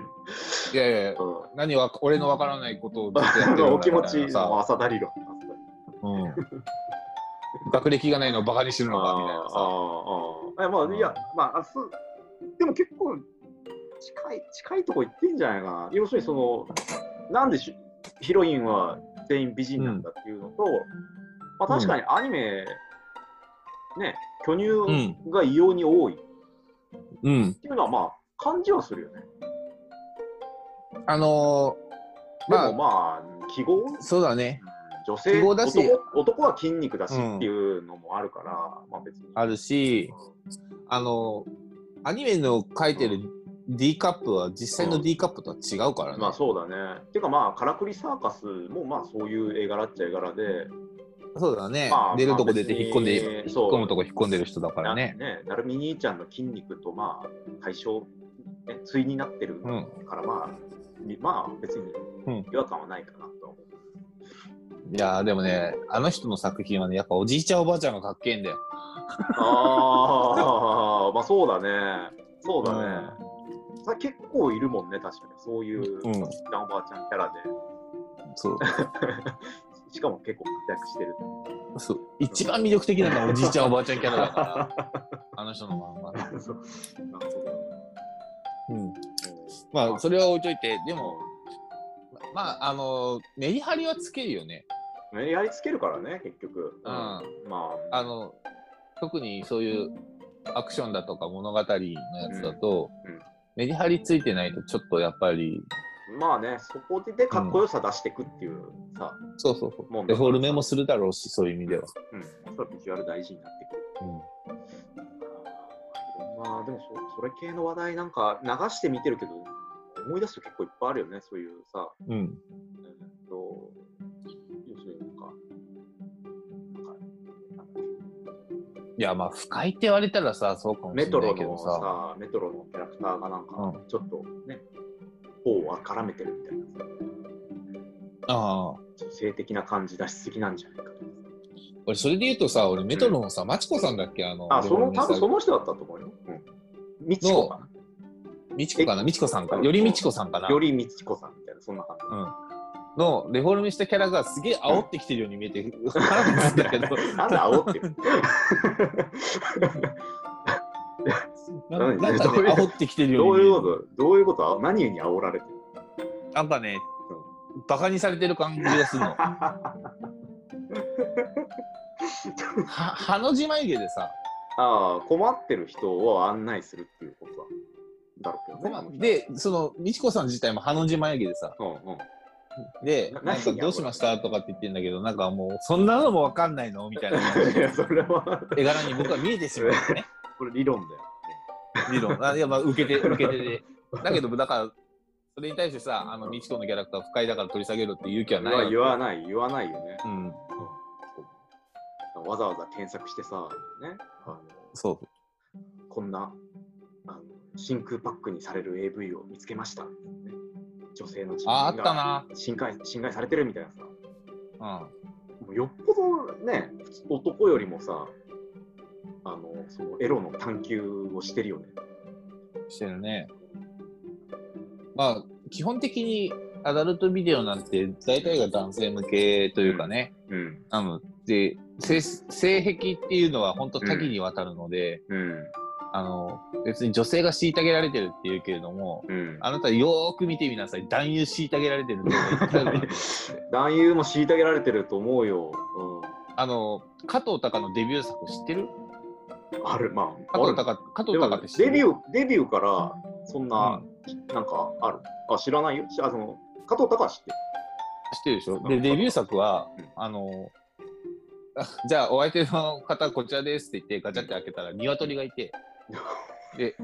[SPEAKER 2] いやいやいや
[SPEAKER 1] の、うん
[SPEAKER 2] 何わ俺のわからないことをずっとやってるん だ
[SPEAKER 1] お気持
[SPEAKER 2] み
[SPEAKER 1] ち
[SPEAKER 2] たいな
[SPEAKER 1] の
[SPEAKER 2] さ、
[SPEAKER 1] 浅田理論。
[SPEAKER 2] うん、学歴がないのをバカにしてる
[SPEAKER 1] あ
[SPEAKER 2] のかみたいなさ
[SPEAKER 1] あああま
[SPEAKER 2] うん
[SPEAKER 1] あ、いや、まあ、そうでも結構近い、近いとこ行ってんじゃないかな。要するに、その、なんでしヒロインは全員美人なんだっていうのと、まあ、確かにアニメ、ね、巨乳が異様に多いっ
[SPEAKER 2] うん
[SPEAKER 1] ていうのは、まあ、感じはするよね。
[SPEAKER 2] あのー
[SPEAKER 1] で
[SPEAKER 2] ま
[SPEAKER 1] も
[SPEAKER 2] あ
[SPEAKER 1] まあ、記号
[SPEAKER 2] そうだね
[SPEAKER 1] 女性
[SPEAKER 2] 記号だし
[SPEAKER 1] 男、男は筋肉だしっていうのもあるから、まあ別に。
[SPEAKER 2] あるしあのーアニメの書いてる D カップは実際
[SPEAKER 1] う
[SPEAKER 2] の
[SPEAKER 1] ん
[SPEAKER 2] D カップとは違うからね、
[SPEAKER 1] まあそうだね。てかまあ、からくりサーカスもまあそういう絵柄っちゃ絵柄で、
[SPEAKER 2] そうだね、
[SPEAKER 1] まあ
[SPEAKER 2] 出るとこ出て引っ込んで、
[SPEAKER 1] まあ別に
[SPEAKER 2] 引っ込むとこ引っ込んでる人だからね
[SPEAKER 1] ななるみ兄ちゃんの筋肉とまあ、解消、ね、対になってる
[SPEAKER 2] うん
[SPEAKER 1] からまあ、にまあ別に
[SPEAKER 2] うん
[SPEAKER 1] 違和感はないかなとは 思う。
[SPEAKER 2] いやーでもねあの人の作品はねやっぱおじいちゃんおばあちゃんがかっけえんだよ
[SPEAKER 1] ああ、まあそうだね。そうだね。さ結構いるもんね、確かに。そういう、
[SPEAKER 2] うん
[SPEAKER 1] おじいちゃんおばあちゃんキャラで。
[SPEAKER 2] そう
[SPEAKER 1] しかも結構活躍してる。
[SPEAKER 2] そう一番魅力的なのはおじいちゃんおばあちゃんキャラだ からあの人の漫画
[SPEAKER 1] そうなるほど
[SPEAKER 2] うん
[SPEAKER 1] う
[SPEAKER 2] まあそれは置いといてで
[SPEAKER 1] ん
[SPEAKER 2] もまああのーメリハリはつけるよね
[SPEAKER 1] ねやりつけるからね、結局。
[SPEAKER 2] うん
[SPEAKER 1] まあ、
[SPEAKER 2] あの特にそういうアクションだとか物語のやつだと、
[SPEAKER 1] うんうん
[SPEAKER 2] メリハリついてないとちょっとやっぱり
[SPEAKER 1] まあね、そこでかっこよさ出していくっていうさ、
[SPEAKER 2] そうそうそう
[SPEAKER 1] もう
[SPEAKER 2] デフォルメもするだろうしそういう意味では、
[SPEAKER 1] うん、それはビジュアル大事になってくる。まあ、でもそ、それ系の話題なんか流して見てるけど、思い出すと結構いっぱいあるよね、そういうさ、
[SPEAKER 2] うん、うん、
[SPEAKER 1] えっと、要するになんか、なんかなんだっ
[SPEAKER 2] いやまあ深いって言われたらさそうか
[SPEAKER 1] け
[SPEAKER 2] もし
[SPEAKER 1] メ
[SPEAKER 2] れ
[SPEAKER 1] ト
[SPEAKER 2] な
[SPEAKER 1] ロ
[SPEAKER 2] いけど
[SPEAKER 1] の
[SPEAKER 2] さ
[SPEAKER 1] さ、メトロのキャラクターがなん
[SPEAKER 2] う
[SPEAKER 1] か、ちょっとね、頬を絡めてるみたいなさ。
[SPEAKER 2] ああ
[SPEAKER 1] ちょっと性的な感じ出しすぎなんじゃないかと。
[SPEAKER 2] 俺それで言うとさ俺メトロのさ、マチコさんだっけあの
[SPEAKER 1] あ、その、多分そ
[SPEAKER 2] の
[SPEAKER 1] の人だったと思うよ。うん。みちこか
[SPEAKER 2] みちこかなみちこさんかよりみちこさんかな
[SPEAKER 1] な。よりみちこさんみたいな、そんな感
[SPEAKER 2] うんのデフォルメしたキャラがすげえ煽ってきてるように見えて腹立つん だけど
[SPEAKER 1] じ。なんだ、煽ってる。
[SPEAKER 2] な
[SPEAKER 1] 何
[SPEAKER 2] なんか
[SPEAKER 1] どうい
[SPEAKER 2] ね
[SPEAKER 1] う
[SPEAKER 2] 煽ってきてるよ
[SPEAKER 1] ど
[SPEAKER 2] う
[SPEAKER 1] うい
[SPEAKER 2] に
[SPEAKER 1] う
[SPEAKER 2] 見え
[SPEAKER 1] こ
[SPEAKER 2] る
[SPEAKER 1] とどういうこと何に煽られてる
[SPEAKER 2] なんかねバカにされてる感じがするの は
[SPEAKER 1] あ
[SPEAKER 2] ハの字眉毛でさ
[SPEAKER 1] あ、困ってる人を案内するっていうことだだろうけどねあの人。
[SPEAKER 2] でそのみちこさん自体もハの字眉毛でさ
[SPEAKER 1] うんうん。
[SPEAKER 2] で
[SPEAKER 1] な
[SPEAKER 2] なんかどうしましたとかって言ってんだけどなんかもうそんなのもわかんないのみたいな 感じ
[SPEAKER 1] いや、それは、
[SPEAKER 2] 絵柄に僕は見えてしまうよね
[SPEAKER 1] これ理論だよ。
[SPEAKER 2] 理論。あいや、まあ、受けて、受けてで。だけど、だから、それに対してさ、あの、みちこのキャラクターを不快だから取り下げろっていう勇気はないわけ。
[SPEAKER 1] 言わない、言わないよね。
[SPEAKER 2] うん。
[SPEAKER 1] わざわざ検索してさ、ね、あの
[SPEAKER 2] そう。
[SPEAKER 1] こんなあの真空パックにされる AV を見つけました。ね女性の人
[SPEAKER 2] あ、あっ
[SPEAKER 1] 権
[SPEAKER 2] た
[SPEAKER 1] が
[SPEAKER 2] な。
[SPEAKER 1] 侵害侵害されてるみたいなさ、
[SPEAKER 2] うん。
[SPEAKER 1] もうよっぽどね、普通男よりもさ、あのそのエロの探求をしてるよね。
[SPEAKER 2] してるね。まあ、基本的にアダルトビデオなんて大体が男性向けというかね。
[SPEAKER 1] うん、
[SPEAKER 2] あの、で、性、性癖っていうのは本当多岐にわたるので、
[SPEAKER 1] うん、
[SPEAKER 2] あの、別に女性が虐げられてるっていうけれども、
[SPEAKER 1] うん。
[SPEAKER 2] あなたよーく見てみなさい。男優虐げられてるのがいっぱいある から
[SPEAKER 1] 男優も虐げられてると思うよ。
[SPEAKER 2] あの、加藤隆のデビュー作知ってる
[SPEAKER 1] うん、ある、まあ、
[SPEAKER 2] 加藤
[SPEAKER 1] ある
[SPEAKER 2] 隆、加藤
[SPEAKER 1] で
[SPEAKER 2] 隆
[SPEAKER 1] も
[SPEAKER 2] って知って
[SPEAKER 1] デ
[SPEAKER 2] る
[SPEAKER 1] ビ
[SPEAKER 2] ュ
[SPEAKER 1] ュー、デビューから、そんな、なんかある。あ、知らないよ。しあその加藤隆知ってる
[SPEAKER 2] 知ってるでしょ
[SPEAKER 1] う
[SPEAKER 2] で、
[SPEAKER 1] ん
[SPEAKER 2] デビュー作は
[SPEAKER 1] うん、
[SPEAKER 2] あの、 あじゃあお相手の方こちらですって言ってガチャって開けたら鶏がいて、で、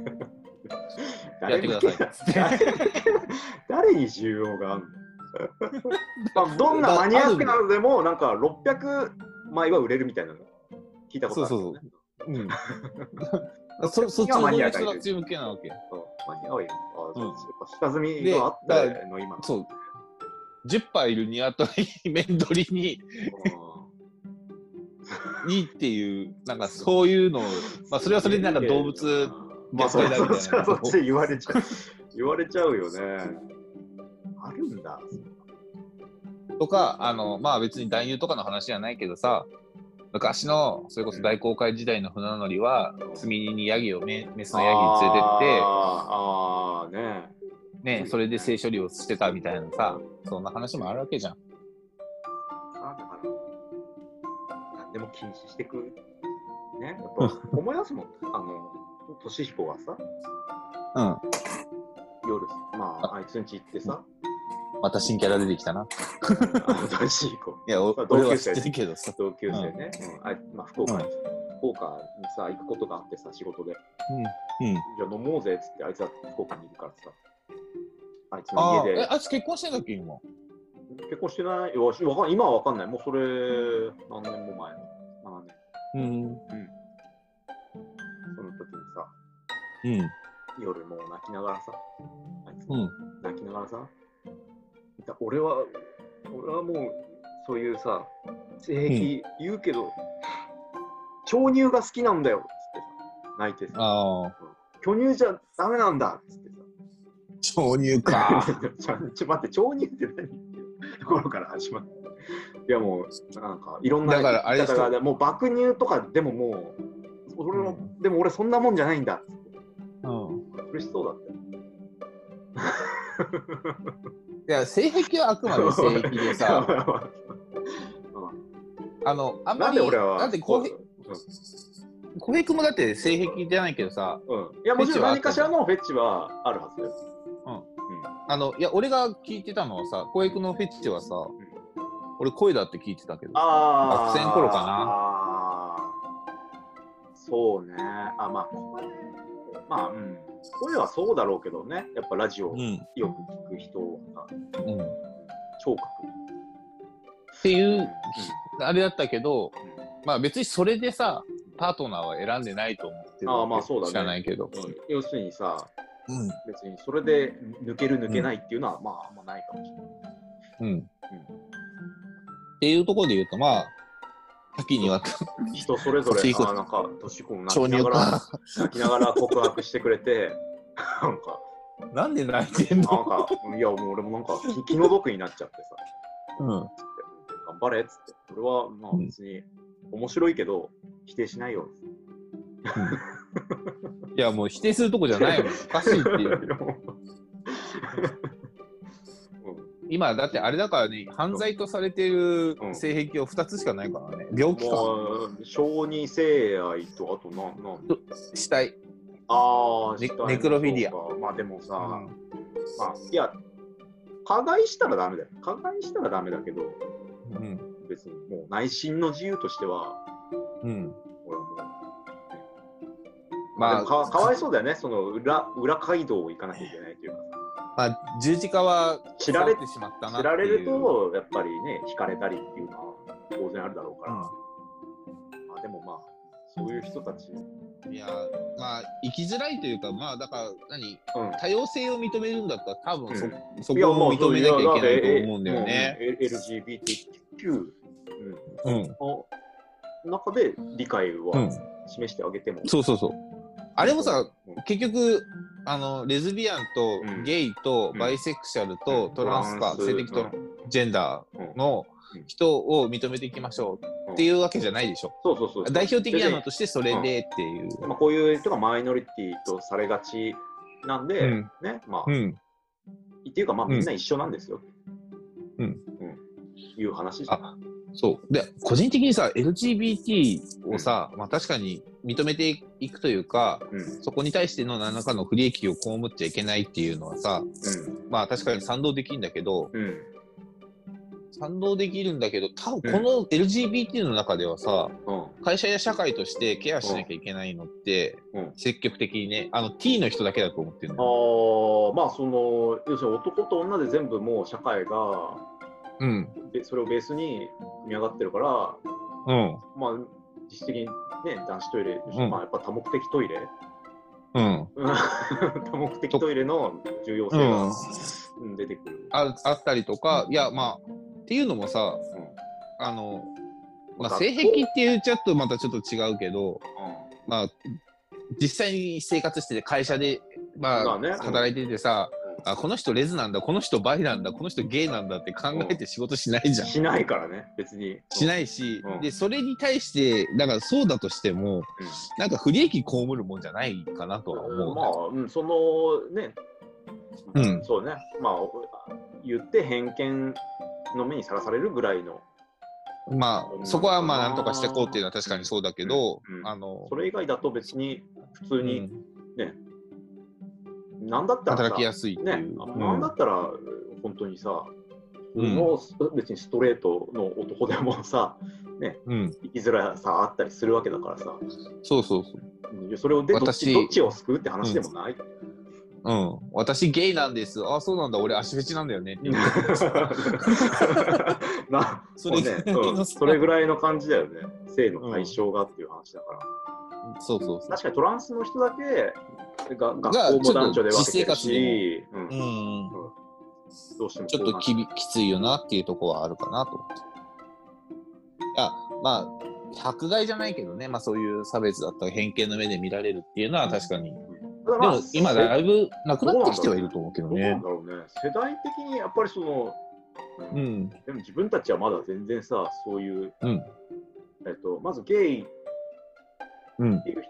[SPEAKER 2] やってくださいっつって。
[SPEAKER 1] 誰に需要がある のまあどんなマニアックなのでも、なんか600枚は売れるみたいなの聞いたことある、ね。
[SPEAKER 2] そう うん。そ、そっち
[SPEAKER 1] マニア
[SPEAKER 2] の
[SPEAKER 1] がいる
[SPEAKER 2] 人たち向けなわけ。
[SPEAKER 1] そうマニアはいる。あ
[SPEAKER 2] うん
[SPEAKER 1] そう下積みがあったの今の。
[SPEAKER 2] そう。 10羽いる鶏、 メンドリに、いいっていう、なんかそういうのを、まあそれはそれでなんか動物、
[SPEAKER 1] まあ、
[SPEAKER 2] 虐
[SPEAKER 1] そ
[SPEAKER 2] 待だみたいな
[SPEAKER 1] っちそっち言われ ちゃう。言われちゃうよね。あるんだ。
[SPEAKER 2] とか、あの、まあ別に男優とかの話じゃないけどさ、昔の、それこそ大航海時代の船乗りは、積み荷にヤギを、メメスのヤギに連れてっ
[SPEAKER 1] あーあー、ね
[SPEAKER 2] て、ね、それで性処理をしてたみたいなさ、そんな話もあるわけじゃん。
[SPEAKER 1] あだから、何でも禁止してく。ね、やっぱ思い出すもん、あの、俊彦がさ、
[SPEAKER 2] うん。
[SPEAKER 1] 夜、まあ、あいつん家行ってさ、
[SPEAKER 2] また新キャラ出てきたな。
[SPEAKER 1] あの俊彦、
[SPEAKER 2] いや、お
[SPEAKER 1] まあ
[SPEAKER 2] 俺
[SPEAKER 1] 同級
[SPEAKER 2] は知
[SPEAKER 1] 生
[SPEAKER 2] ってるけどさ。
[SPEAKER 1] 同級生ね、うんあいまあ、福岡に、
[SPEAKER 2] う
[SPEAKER 1] 福岡にさ、行くことがあってさ、仕事で、
[SPEAKER 2] うん。うん。
[SPEAKER 1] じゃあ飲もうぜっつって、あいつは福岡にいるからさ、あいつ
[SPEAKER 2] あ
[SPEAKER 1] の
[SPEAKER 2] あ、
[SPEAKER 1] 家
[SPEAKER 2] え、
[SPEAKER 1] で、
[SPEAKER 2] あいつ結婚してんだっけ、今。
[SPEAKER 1] 結婚してないよしわかん今はわかんない、もうそれ、何年も前の、7年、
[SPEAKER 2] うん。うん。
[SPEAKER 1] その時にさ、夜もう泣きながらさ、あいつ
[SPEAKER 2] うん。
[SPEAKER 1] 泣きながらさ、いや俺は、俺はもう、そういうさ、性癖言うけど、巨乳が好きなんだよっつってさ、泣いてさ、
[SPEAKER 2] ああ、
[SPEAKER 1] 巨乳じゃダメなんだっつってさ、
[SPEAKER 2] 挿入か。
[SPEAKER 1] ちょちょ待って、超人って何っていうところから始まって。いやもう、なんかいろんな
[SPEAKER 2] だからあれで
[SPEAKER 1] だ
[SPEAKER 2] す
[SPEAKER 1] からもう爆乳とかでももう、俺は
[SPEAKER 2] うん
[SPEAKER 1] でも俺そんなもんじゃないんだっつって。
[SPEAKER 2] うん。
[SPEAKER 1] 苦しそうだったよ。
[SPEAKER 2] いや、性癖はあくまで性癖 でさ、あの、あんま
[SPEAKER 1] なん
[SPEAKER 2] り、
[SPEAKER 1] で俺は。
[SPEAKER 2] だって浩平、浩平君もだって性癖じゃないけどさ、
[SPEAKER 1] うんうん、いやもちろん何かしらのフェッチはあるはずだよ。
[SPEAKER 2] あの、いや、俺が聞いてたのはさ、浩平君のフェッチはさ、俺声だって聞いてたけど、
[SPEAKER 1] ああ。
[SPEAKER 2] 学生の頃かな
[SPEAKER 1] あーそうね。あ、まあ、声まあ、うん。声はそうだろうけどね。やっぱラジオ
[SPEAKER 2] うん、うん。
[SPEAKER 1] よく聞く人はさ、聴覚。
[SPEAKER 2] っていうう、
[SPEAKER 1] ん
[SPEAKER 2] あれだったけど、まあ別にそれでさ、パートナーは選んでないと思ってるわけ
[SPEAKER 1] あーまあそうだね
[SPEAKER 2] 知らないけど。
[SPEAKER 1] うん要するにさ、
[SPEAKER 2] うん。
[SPEAKER 1] 別にそれで抜ける抜けないっていうのは、まあ、あんまないかもしれない。
[SPEAKER 2] うん。っていうところで言うと、まあ、多岐にわたる。
[SPEAKER 1] 人それぞれ、
[SPEAKER 2] 年いこ
[SPEAKER 1] あなんか、年こう泣
[SPEAKER 2] 挿
[SPEAKER 1] きな
[SPEAKER 2] 入
[SPEAKER 1] がら、
[SPEAKER 2] か。
[SPEAKER 1] 泣きながら告白してくれて、なんか、
[SPEAKER 2] なんで泣いてん
[SPEAKER 1] なん
[SPEAKER 2] の
[SPEAKER 1] か、いや、もう俺もなんか気気の毒になっちゃってさ。
[SPEAKER 2] うん。
[SPEAKER 1] 頑張れっつって、俺はまあ別に面白いけど、否定しないよ。
[SPEAKER 2] いや、もう否定するとこじゃないもん。おかしいって いう。今、だってあれだからね、犯罪とされてる
[SPEAKER 1] うん
[SPEAKER 2] 性癖を2つしかないからね。病気か。
[SPEAKER 1] もう、小児性愛と、あとな、なん
[SPEAKER 2] 死体。
[SPEAKER 1] ああ、し
[SPEAKER 2] ネ
[SPEAKER 1] たいな
[SPEAKER 2] ネクロフィリア
[SPEAKER 1] そうかまあでもさ、
[SPEAKER 2] う
[SPEAKER 1] まあ、いや、加害したらダメだよ。加害したらダメだけど、
[SPEAKER 2] ん。
[SPEAKER 1] 別にもう内心の自由としては、
[SPEAKER 2] うん。
[SPEAKER 1] 俺はもう、ま
[SPEAKER 2] ま
[SPEAKER 1] あ、
[SPEAKER 2] あ、
[SPEAKER 1] かかわいそうだよね、その裏裏街道を行かなきゃいけないというかさ。
[SPEAKER 2] まあ、十字架は
[SPEAKER 1] 知られ
[SPEAKER 2] 腐ってしまったな
[SPEAKER 1] 知
[SPEAKER 2] っていう
[SPEAKER 1] られる、と、やっぱりね、惹かれたりっていうのは当然あるだろうから、まあ、でもまあ、そういう人たち、う
[SPEAKER 2] うんいや、まあ、生きづらいというか、まあ、だから、何
[SPEAKER 1] ん、
[SPEAKER 2] 多様性を認めるんだったら、多分そ,、
[SPEAKER 1] うん
[SPEAKER 2] そ
[SPEAKER 1] いや
[SPEAKER 2] こ
[SPEAKER 1] も
[SPEAKER 2] を
[SPEAKER 1] う
[SPEAKER 2] 認めなきゃいけないと思うんだよね。。
[SPEAKER 1] いやだってえうん LGBTQ
[SPEAKER 2] うん。
[SPEAKER 1] の中で理解
[SPEAKER 2] うん
[SPEAKER 1] は。示してあげても、
[SPEAKER 2] そうそうそう。あれもさ、
[SPEAKER 1] うん、
[SPEAKER 2] 結局、あの、レズビアンと
[SPEAKER 1] うん
[SPEAKER 2] ゲイと
[SPEAKER 1] うん
[SPEAKER 2] バイセクシャルとトランス
[SPEAKER 1] トラン
[SPEAKER 2] か、
[SPEAKER 1] ス
[SPEAKER 2] 性的と
[SPEAKER 1] う
[SPEAKER 2] ジェンダーの
[SPEAKER 1] うん
[SPEAKER 2] 人を認めていきましょうっていうわけじゃないでしょ。
[SPEAKER 1] そうそうそう。
[SPEAKER 2] 代表的なのとしてそれでっていう。
[SPEAKER 1] まあ、こういう人がマイノリティとされがちなんで、
[SPEAKER 2] うん
[SPEAKER 1] ね、まあ、
[SPEAKER 2] う
[SPEAKER 1] っ
[SPEAKER 2] ん。
[SPEAKER 1] ていうか、まあ、
[SPEAKER 2] うん
[SPEAKER 1] みんな一緒なんですよ。
[SPEAKER 2] うん
[SPEAKER 1] いう話じゃん
[SPEAKER 2] あ、そう。で、個人的にさ、LGBT をさ、まあ確かに認めていくというか、
[SPEAKER 1] うんうん
[SPEAKER 2] そこに対しての何らかの不利益を被っちゃいけないっていうのはさ、まあ確かに賛同できるんだけど、
[SPEAKER 1] うん
[SPEAKER 2] 賛同できるんだけど、多分この LGBT の中ではさ、
[SPEAKER 1] うん
[SPEAKER 2] 会社や社会としてケアしなきゃいけないのって、
[SPEAKER 1] うん
[SPEAKER 2] 積極的にね、あの T の人だけだと思ってる
[SPEAKER 1] あ
[SPEAKER 2] のよ。
[SPEAKER 1] ーまあその要するに男と女で全部もう社会が
[SPEAKER 2] うん。
[SPEAKER 1] でそれをベースに見上がってるから
[SPEAKER 2] うん。
[SPEAKER 1] まあ実質的にね男子トイレ、
[SPEAKER 2] うん
[SPEAKER 1] まあやっぱ多目的トイ レ
[SPEAKER 2] うん。
[SPEAKER 1] 多目的トイレの重要性が、うん出てくる
[SPEAKER 2] ああったりとか、いや、まあ、っていうのもさ、あの、まあ、性癖って言っちゃうとまたちょっと違うけど、まあ、実際に生活してて、会社で、ま
[SPEAKER 1] まあ
[SPEAKER 2] あ、
[SPEAKER 1] ねうん
[SPEAKER 2] 働いててさ、あ、この人レズなんだ、この人バイなんだ、この人ゲイなんだって考えて仕事しないじゃん。
[SPEAKER 1] しないからね、別に。
[SPEAKER 2] し
[SPEAKER 1] い。
[SPEAKER 2] ないし、
[SPEAKER 1] うん
[SPEAKER 2] で、それに対して、だからそうだとしても、
[SPEAKER 1] うん
[SPEAKER 2] なんか不利益被るもんじゃないかなとは思う。
[SPEAKER 1] まあ、うん、そのね、
[SPEAKER 2] うん
[SPEAKER 1] そうね、まあ、言って偏見の目にさらされるぐらいの、
[SPEAKER 2] まあ、そこはまあ、なんとかしていこうっていうのは確かにそうだけど、
[SPEAKER 1] うんうん
[SPEAKER 2] あの
[SPEAKER 1] そ、れ以外だと別に普通
[SPEAKER 2] う
[SPEAKER 1] に、
[SPEAKER 2] ん
[SPEAKER 1] なんだったらさ
[SPEAKER 2] 働きやすいって
[SPEAKER 1] ね
[SPEAKER 2] いう。、うん
[SPEAKER 1] なんだったら本当にさ、
[SPEAKER 2] うん
[SPEAKER 1] もう別にストレートの男でもさ、
[SPEAKER 2] うん、
[SPEAKER 1] 生きづらさあったりするわけだからさ、
[SPEAKER 2] そうそうそう。
[SPEAKER 1] うんそれをでどっち
[SPEAKER 2] 私
[SPEAKER 1] どっちを救うって話でもない。
[SPEAKER 2] うん、私ゲイなんです。あ、そうなんだ。俺足フェチなんだよね。
[SPEAKER 1] な
[SPEAKER 2] そ
[SPEAKER 1] も
[SPEAKER 2] れ
[SPEAKER 1] うね
[SPEAKER 2] ぐらいの
[SPEAKER 1] うんそれぐらいの感じだよね、性の対象がっていう話だから。
[SPEAKER 2] そうそうそう。
[SPEAKER 1] 確かにトランスの人だけが学校も男女で分けてるし、うん
[SPEAKER 2] うん、
[SPEAKER 1] どうしても
[SPEAKER 2] ちょっときびきついよなっていうとこはあるかなと思って。あまあ、迫害じゃないけどね、まあそういう差別だったり偏見の目で見られるっていうのは確かに。
[SPEAKER 1] た
[SPEAKER 2] で
[SPEAKER 1] だまあ
[SPEAKER 2] も今だいぶなくなってきてはいると思うけど
[SPEAKER 1] どうな
[SPEAKER 2] ね
[SPEAKER 1] ん。だろうね、世代的にやっぱりその、うん
[SPEAKER 2] うん、
[SPEAKER 1] でも自分たちはまだ全然さ、そういう、
[SPEAKER 2] うん
[SPEAKER 1] えっと、まずゲイっ
[SPEAKER 2] うん、
[SPEAKER 1] ていう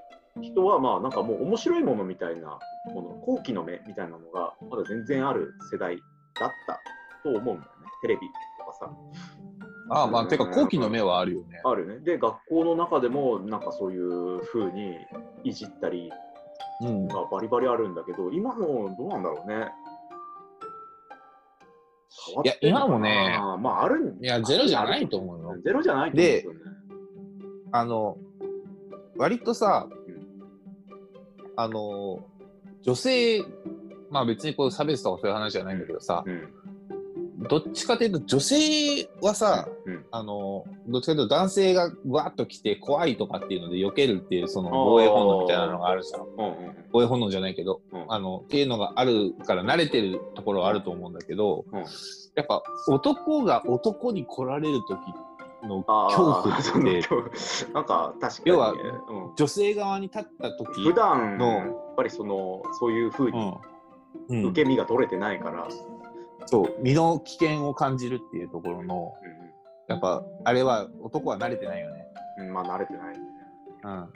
[SPEAKER 1] 人は、まあなんかもう面白いものみたいなもの、好奇の目みたいなのが、まだ全然ある世代だったと思うんだよね、テレビとかさ。
[SPEAKER 2] ああ、まあ、てか、後期の目はあるよね。
[SPEAKER 1] あるよね。で、学校の中でも、なんかそういう風にいじったり
[SPEAKER 2] うん、
[SPEAKER 1] がバリバリあるんだけど、今のどうなんだろうね。変わってんのか
[SPEAKER 2] いや今もね
[SPEAKER 1] なまああるん
[SPEAKER 2] いやゼロじゃないと思うよ
[SPEAKER 1] ゼロじゃないと思うんですよね。
[SPEAKER 2] あの、割とさ
[SPEAKER 1] うん、
[SPEAKER 2] あの、女性、まあ別にこう差別とかそういう話じゃないんだけどさ、
[SPEAKER 1] うん
[SPEAKER 2] どっちかというと女性はさ、
[SPEAKER 1] うん
[SPEAKER 2] あの、どっちかというと男性がわっと来て怖いとかっていうので避けるっていうその防衛本能みたいなのがあるじゃん。
[SPEAKER 1] うんうん
[SPEAKER 2] 防衛本能じゃないけど、
[SPEAKER 1] うん
[SPEAKER 2] あの、っていうのがあるから慣れてるところはあると思うんだけど、
[SPEAKER 1] うん
[SPEAKER 2] やっぱ男が男に来られる時の
[SPEAKER 1] あ
[SPEAKER 2] 恐怖
[SPEAKER 1] あ、 そ
[SPEAKER 2] っ
[SPEAKER 1] の
[SPEAKER 2] て、
[SPEAKER 1] 恐怖なんか確かに、ね、
[SPEAKER 2] 要は
[SPEAKER 1] うん
[SPEAKER 2] 女性側に立った時
[SPEAKER 1] 普段
[SPEAKER 2] の
[SPEAKER 1] のやっぱりそのそういう風に
[SPEAKER 2] うんうん
[SPEAKER 1] 受け身が取れてないから、
[SPEAKER 2] そう身の危険を感じるっていうところのやっぱあれは男は慣れてないよね。
[SPEAKER 1] うんうんまあ慣れてない。
[SPEAKER 2] うん、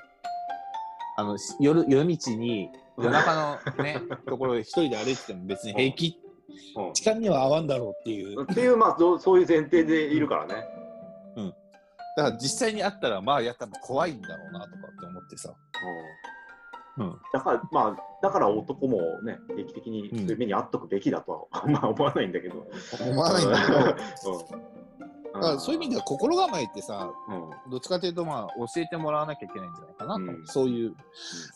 [SPEAKER 2] あのし夜夜道に夜中のねところで一人で歩いてても別に平気
[SPEAKER 1] うん
[SPEAKER 2] 時間には合わんだろうっていう
[SPEAKER 1] っていう、まあ、どうそういう前提でいるからね。
[SPEAKER 2] だから実際に会ったらまあやったら怖いんだろうなとかって思ってさ。うん
[SPEAKER 1] だから、まあ、だから男もね、定期的にそういう目にあっとくべきだとは、 まあ思わないんだけど。
[SPEAKER 2] 思わないんだけど、だか
[SPEAKER 1] うん
[SPEAKER 2] らそういう意味では心構えってさ、
[SPEAKER 1] うん
[SPEAKER 2] どっちかというと、まあ、教えてもらわなきゃいけないんじゃないかなと、
[SPEAKER 1] うん
[SPEAKER 2] そういう、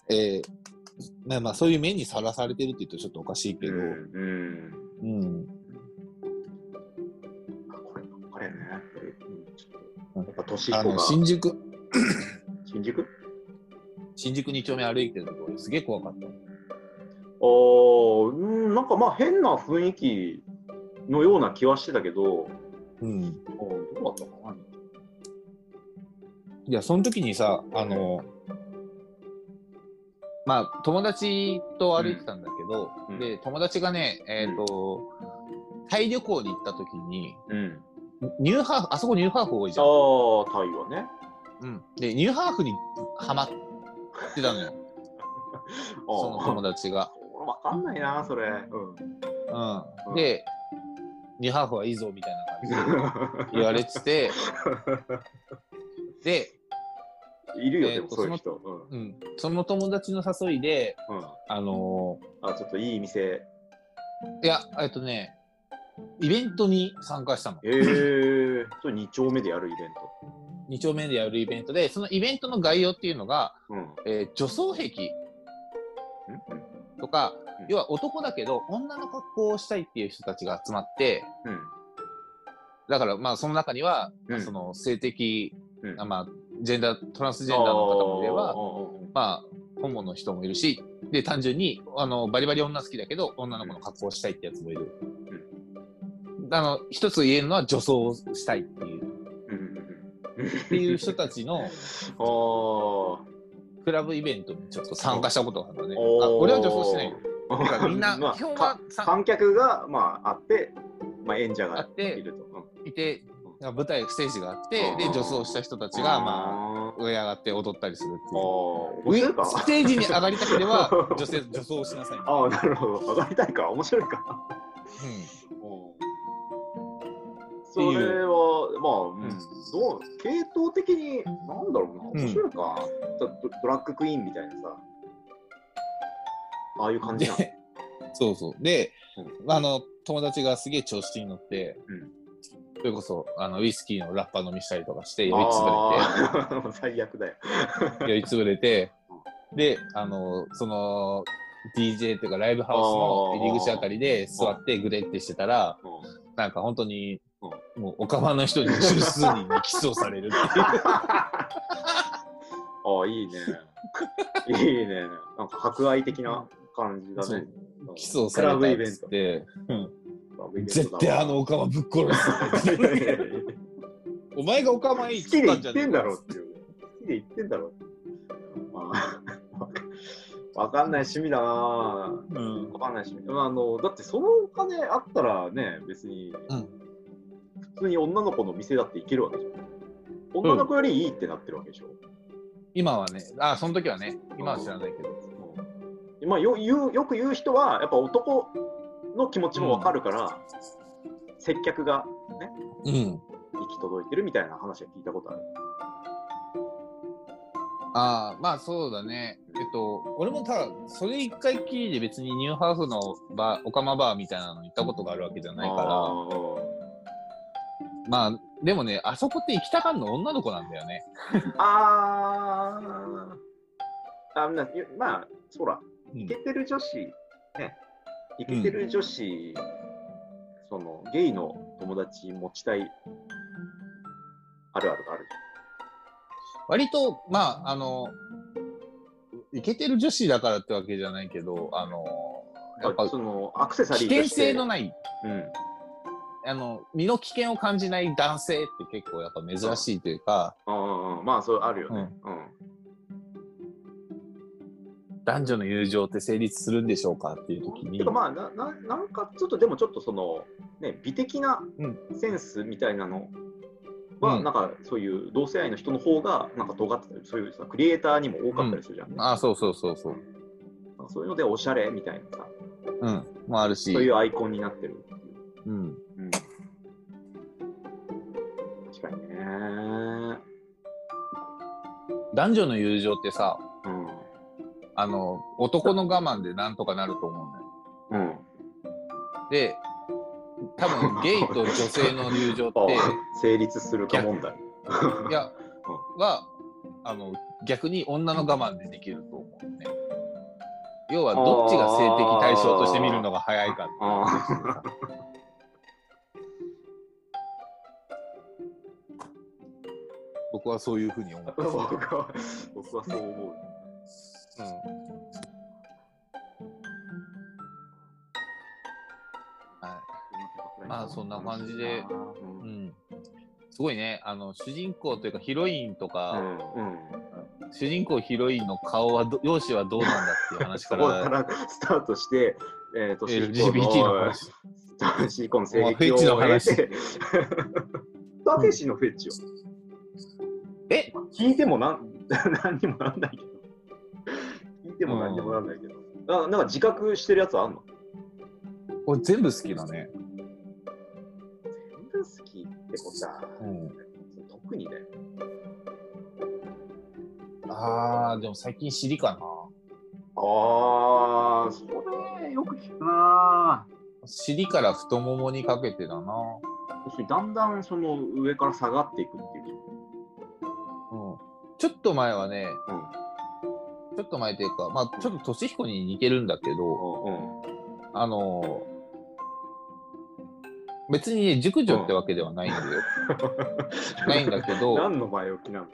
[SPEAKER 2] えーまあまあ、そういう面にさらされてるって言うとちょっとおかしいけど、
[SPEAKER 1] うんうん。
[SPEAKER 2] うん、
[SPEAKER 1] あこれ、これね、うんち
[SPEAKER 2] う
[SPEAKER 1] ょ
[SPEAKER 2] ん
[SPEAKER 1] っとやっぱ年
[SPEAKER 2] あ
[SPEAKER 1] 子
[SPEAKER 2] の
[SPEAKER 1] が
[SPEAKER 2] 新宿、
[SPEAKER 1] 新宿
[SPEAKER 2] 新宿2丁目歩いてるところ、すげえ怖かった。
[SPEAKER 1] あーうん、なんかまあ変な雰囲気のような気はしてたけど、
[SPEAKER 2] うん、
[SPEAKER 1] うんどうだったかな。
[SPEAKER 2] いや、その時にさ、あの、まあ、友達と歩いてたんだけど、
[SPEAKER 1] うん
[SPEAKER 2] で、友達がね、えっ、と、タイ旅行に行った時に、
[SPEAKER 1] うん。
[SPEAKER 2] ニューハーフ、あそこニューハーフ多いじ
[SPEAKER 1] あ
[SPEAKER 2] ゃん。
[SPEAKER 1] あ、タイはね。
[SPEAKER 2] うん、で、ニューハーフにハマってたの よ、
[SPEAKER 1] あー
[SPEAKER 2] その 友達が。
[SPEAKER 1] 俺わかんないな、それ。うん。
[SPEAKER 2] うん、で、ニューハーフはいいぞみたいな感じで言われて て、で、
[SPEAKER 1] いるよ、
[SPEAKER 2] えー
[SPEAKER 1] でも
[SPEAKER 2] と
[SPEAKER 1] そういう人。うん。
[SPEAKER 2] うん、その友達の誘いで、
[SPEAKER 1] うん。
[SPEAKER 2] あの
[SPEAKER 1] あ、ちょっといい 店。
[SPEAKER 2] ーいや、えっとね、イベントに参加したの。
[SPEAKER 1] えー、それ2丁目でやるイベント。
[SPEAKER 2] 2丁目でやるイベントで、そのイベントの概要っていうのが、
[SPEAKER 1] うん。
[SPEAKER 2] えー女装癖とか
[SPEAKER 1] うん、
[SPEAKER 2] 要は男だけど女の格好をしたいっていう人たちが集まって、
[SPEAKER 1] うん。
[SPEAKER 2] だからまあその中には、
[SPEAKER 1] うん
[SPEAKER 2] その性的
[SPEAKER 1] うん。
[SPEAKER 2] な、まあ、ジェンダー、トランスジェンダーの方もいれば
[SPEAKER 1] あ、ー
[SPEAKER 2] まあ、ホモの人もいるし、で、単純に、あの、バリバリ女好きだけど、女の子の格好をしたいってやつもいる。あの、一つ言えるのは女装をしたいっていう、っていう人たち
[SPEAKER 1] あ
[SPEAKER 2] の
[SPEAKER 1] あー。
[SPEAKER 2] クラブイベントにちょっと参加したことがあるのね。
[SPEAKER 1] おー
[SPEAKER 2] あ俺は女装してない よ。だからみんな、
[SPEAKER 1] まあ
[SPEAKER 2] 基本は
[SPEAKER 1] か
[SPEAKER 2] 参
[SPEAKER 1] 観客が、まあ、あって、まあ、演者
[SPEAKER 2] 加
[SPEAKER 1] が
[SPEAKER 2] っ
[SPEAKER 1] い
[SPEAKER 2] て、
[SPEAKER 1] ると。うん
[SPEAKER 2] いて、舞台、ステージがあって
[SPEAKER 1] う、ん
[SPEAKER 2] で、女装した人たちが、ま
[SPEAKER 1] あ
[SPEAKER 2] あ、上上がって踊ったりするって
[SPEAKER 1] ー、あー
[SPEAKER 2] いう。
[SPEAKER 1] 面白いか。
[SPEAKER 2] ステージに上がりたけ れば、女性、女装をしなさい。
[SPEAKER 1] ああ、なるほど。上がりたいか、面白いか。
[SPEAKER 2] う
[SPEAKER 1] それは、まあ、うん
[SPEAKER 2] うん
[SPEAKER 1] どう、系統的に、なんだろうな、
[SPEAKER 2] ん
[SPEAKER 1] 面白いか。ドドラッグクイーンみたいなさ、ああいう感
[SPEAKER 2] ん
[SPEAKER 1] じなの。
[SPEAKER 2] で、そうそう。で、あの、友達がすげえ調子に乗って、
[SPEAKER 1] うん
[SPEAKER 2] それこそ、あの、ウイスキーのラッパ飲みしたりとかして、酔いつぶれて。
[SPEAKER 1] ああ、 最悪だよ。
[SPEAKER 2] 酔いつぶれて、で、あの、その、DJ というかライブハウスの入り口あたりで座ってグレってしてたら、
[SPEAKER 1] うん
[SPEAKER 2] なんか本当に
[SPEAKER 1] う、
[SPEAKER 2] もう、おかまの人に十数人にキスをされる っていう。
[SPEAKER 1] ああ、いいね。いいね。なんか博愛的な感じだね。うん
[SPEAKER 2] キスをされた
[SPEAKER 1] クラブイベ
[SPEAKER 2] っ
[SPEAKER 1] ン
[SPEAKER 2] つ
[SPEAKER 1] ト
[SPEAKER 2] っ。て、
[SPEAKER 1] クラブイベントだ
[SPEAKER 2] 絶対 あのおかまぶっ殺すって言って。
[SPEAKER 1] 好
[SPEAKER 2] お前がおかまいい
[SPEAKER 1] きで
[SPEAKER 2] た
[SPEAKER 1] 言
[SPEAKER 2] んじゃ
[SPEAKER 1] っ
[SPEAKER 2] ねえ
[SPEAKER 1] て
[SPEAKER 2] か
[SPEAKER 1] んだろうっていう。好きで言ってんだろう。まあ、 わかんない趣味だなぁ。
[SPEAKER 2] うん。
[SPEAKER 1] わかんない趣味。まあ、あの、だってそのお金あったらね、別に、
[SPEAKER 2] うん
[SPEAKER 1] 普通に女の子の店だって行けるわけじゃん。女の子よりいいってなってるわけでしょ。
[SPEAKER 2] 今はね、あ、その時はね、今は知らないけど。
[SPEAKER 1] まあ、よ言うよく言う人はやっぱ男の気持ちもわかるから、接客が
[SPEAKER 2] うん。
[SPEAKER 1] 行き届いてるみたいな話は聞いたことある。
[SPEAKER 2] ああ、まあそうだね。えっと、俺もただ、それ一回きりで別にニューハーフのバー、オカマバーみたいなのに行ったことがあるわけじゃないから、まあ、でもね、あそこって行きたがんの女の子なんだよね。
[SPEAKER 1] ら。あーあなまあそら
[SPEAKER 2] うん
[SPEAKER 1] イケてる女子ねイケてる女子、そのゲイの友達持ちたいあるあるがある
[SPEAKER 2] 割と、まあ、あの、イケてる女子だからってわけじゃないけど、あの、
[SPEAKER 1] じゃ
[SPEAKER 2] や
[SPEAKER 1] ん
[SPEAKER 2] っぱ、
[SPEAKER 1] そのアクセサ
[SPEAKER 2] 危
[SPEAKER 1] リー
[SPEAKER 2] 険
[SPEAKER 1] として
[SPEAKER 2] 性のない、
[SPEAKER 1] うん
[SPEAKER 2] あの、身の危険を感じない男性って結構やっぱ珍しいというか、
[SPEAKER 1] うんうんまあそれあるよね、うん
[SPEAKER 2] 男女の友情って成立するんでしょうかっていう時に
[SPEAKER 1] てか、まあなななんかちょっとでもちょっとその、ね、美的な
[SPEAKER 2] うん
[SPEAKER 1] センスみたいなのは、
[SPEAKER 2] うん
[SPEAKER 1] なんかそういう同性愛の人の方がなんか尖ってたりそういうさクリエイターにも多かったりするじゃん,、
[SPEAKER 2] ああ、そうそうそうそう。
[SPEAKER 1] なんかそういうのでおしゃれみたいなさ
[SPEAKER 2] うん、もあるし、
[SPEAKER 1] そういうアイコンになってるっていう、
[SPEAKER 2] うん、
[SPEAKER 1] うん、確かにねうん
[SPEAKER 2] 男女の友情ってさあの男の我慢でなんとかなると思うんだよ。
[SPEAKER 1] うん
[SPEAKER 2] で多 分ゲイと女性の友情っ
[SPEAKER 1] あ
[SPEAKER 2] て
[SPEAKER 1] 成立するか問題
[SPEAKER 2] いやはあの逆に女の我慢でできると思うね。要はどっちが性的対象として見るのが早いかっていう話でさ僕はそういうふうに思って
[SPEAKER 1] 僕は僕はそう思う
[SPEAKER 2] はいまあそんな感じで
[SPEAKER 1] うん
[SPEAKER 2] うんすごいね、あの主人公というかヒロインとか、
[SPEAKER 1] うんうん
[SPEAKER 2] 主人公ヒロインの顔はど、容姿はどうなんだっていう話か、
[SPEAKER 1] そこかららスタートして、えー、と
[SPEAKER 2] LGBT の話。
[SPEAKER 1] シリコンの
[SPEAKER 2] お
[SPEAKER 1] 性
[SPEAKER 2] 前フ
[SPEAKER 1] 癖
[SPEAKER 2] ェチ
[SPEAKER 1] を
[SPEAKER 2] の
[SPEAKER 1] 得
[SPEAKER 2] 話
[SPEAKER 1] て、 たけしのフェチを
[SPEAKER 2] え
[SPEAKER 1] 聞いてもなん 何にもなんないけど、聞いても何にもなんないけど、あなんか自覚してるやつあんの
[SPEAKER 2] 俺全部好きだね。
[SPEAKER 1] 全部好きってことは、
[SPEAKER 2] うん、
[SPEAKER 1] 特にだよ。
[SPEAKER 2] あー、でも最近尻か
[SPEAKER 1] ああ、それよく聞くなぁ。
[SPEAKER 2] な。尻から太ももにかけてだな。
[SPEAKER 1] 要するにだんだんその上から下がっていくっていう。
[SPEAKER 2] うん、ちょっと前はね、
[SPEAKER 1] うん
[SPEAKER 2] ちょっと前というか、まあ、ちょっと俊彦に似てるんだけど、
[SPEAKER 1] うん
[SPEAKER 2] あのー別にね、熟女ってわけではないんだよ。 ないんだけど
[SPEAKER 1] 何の前置きなの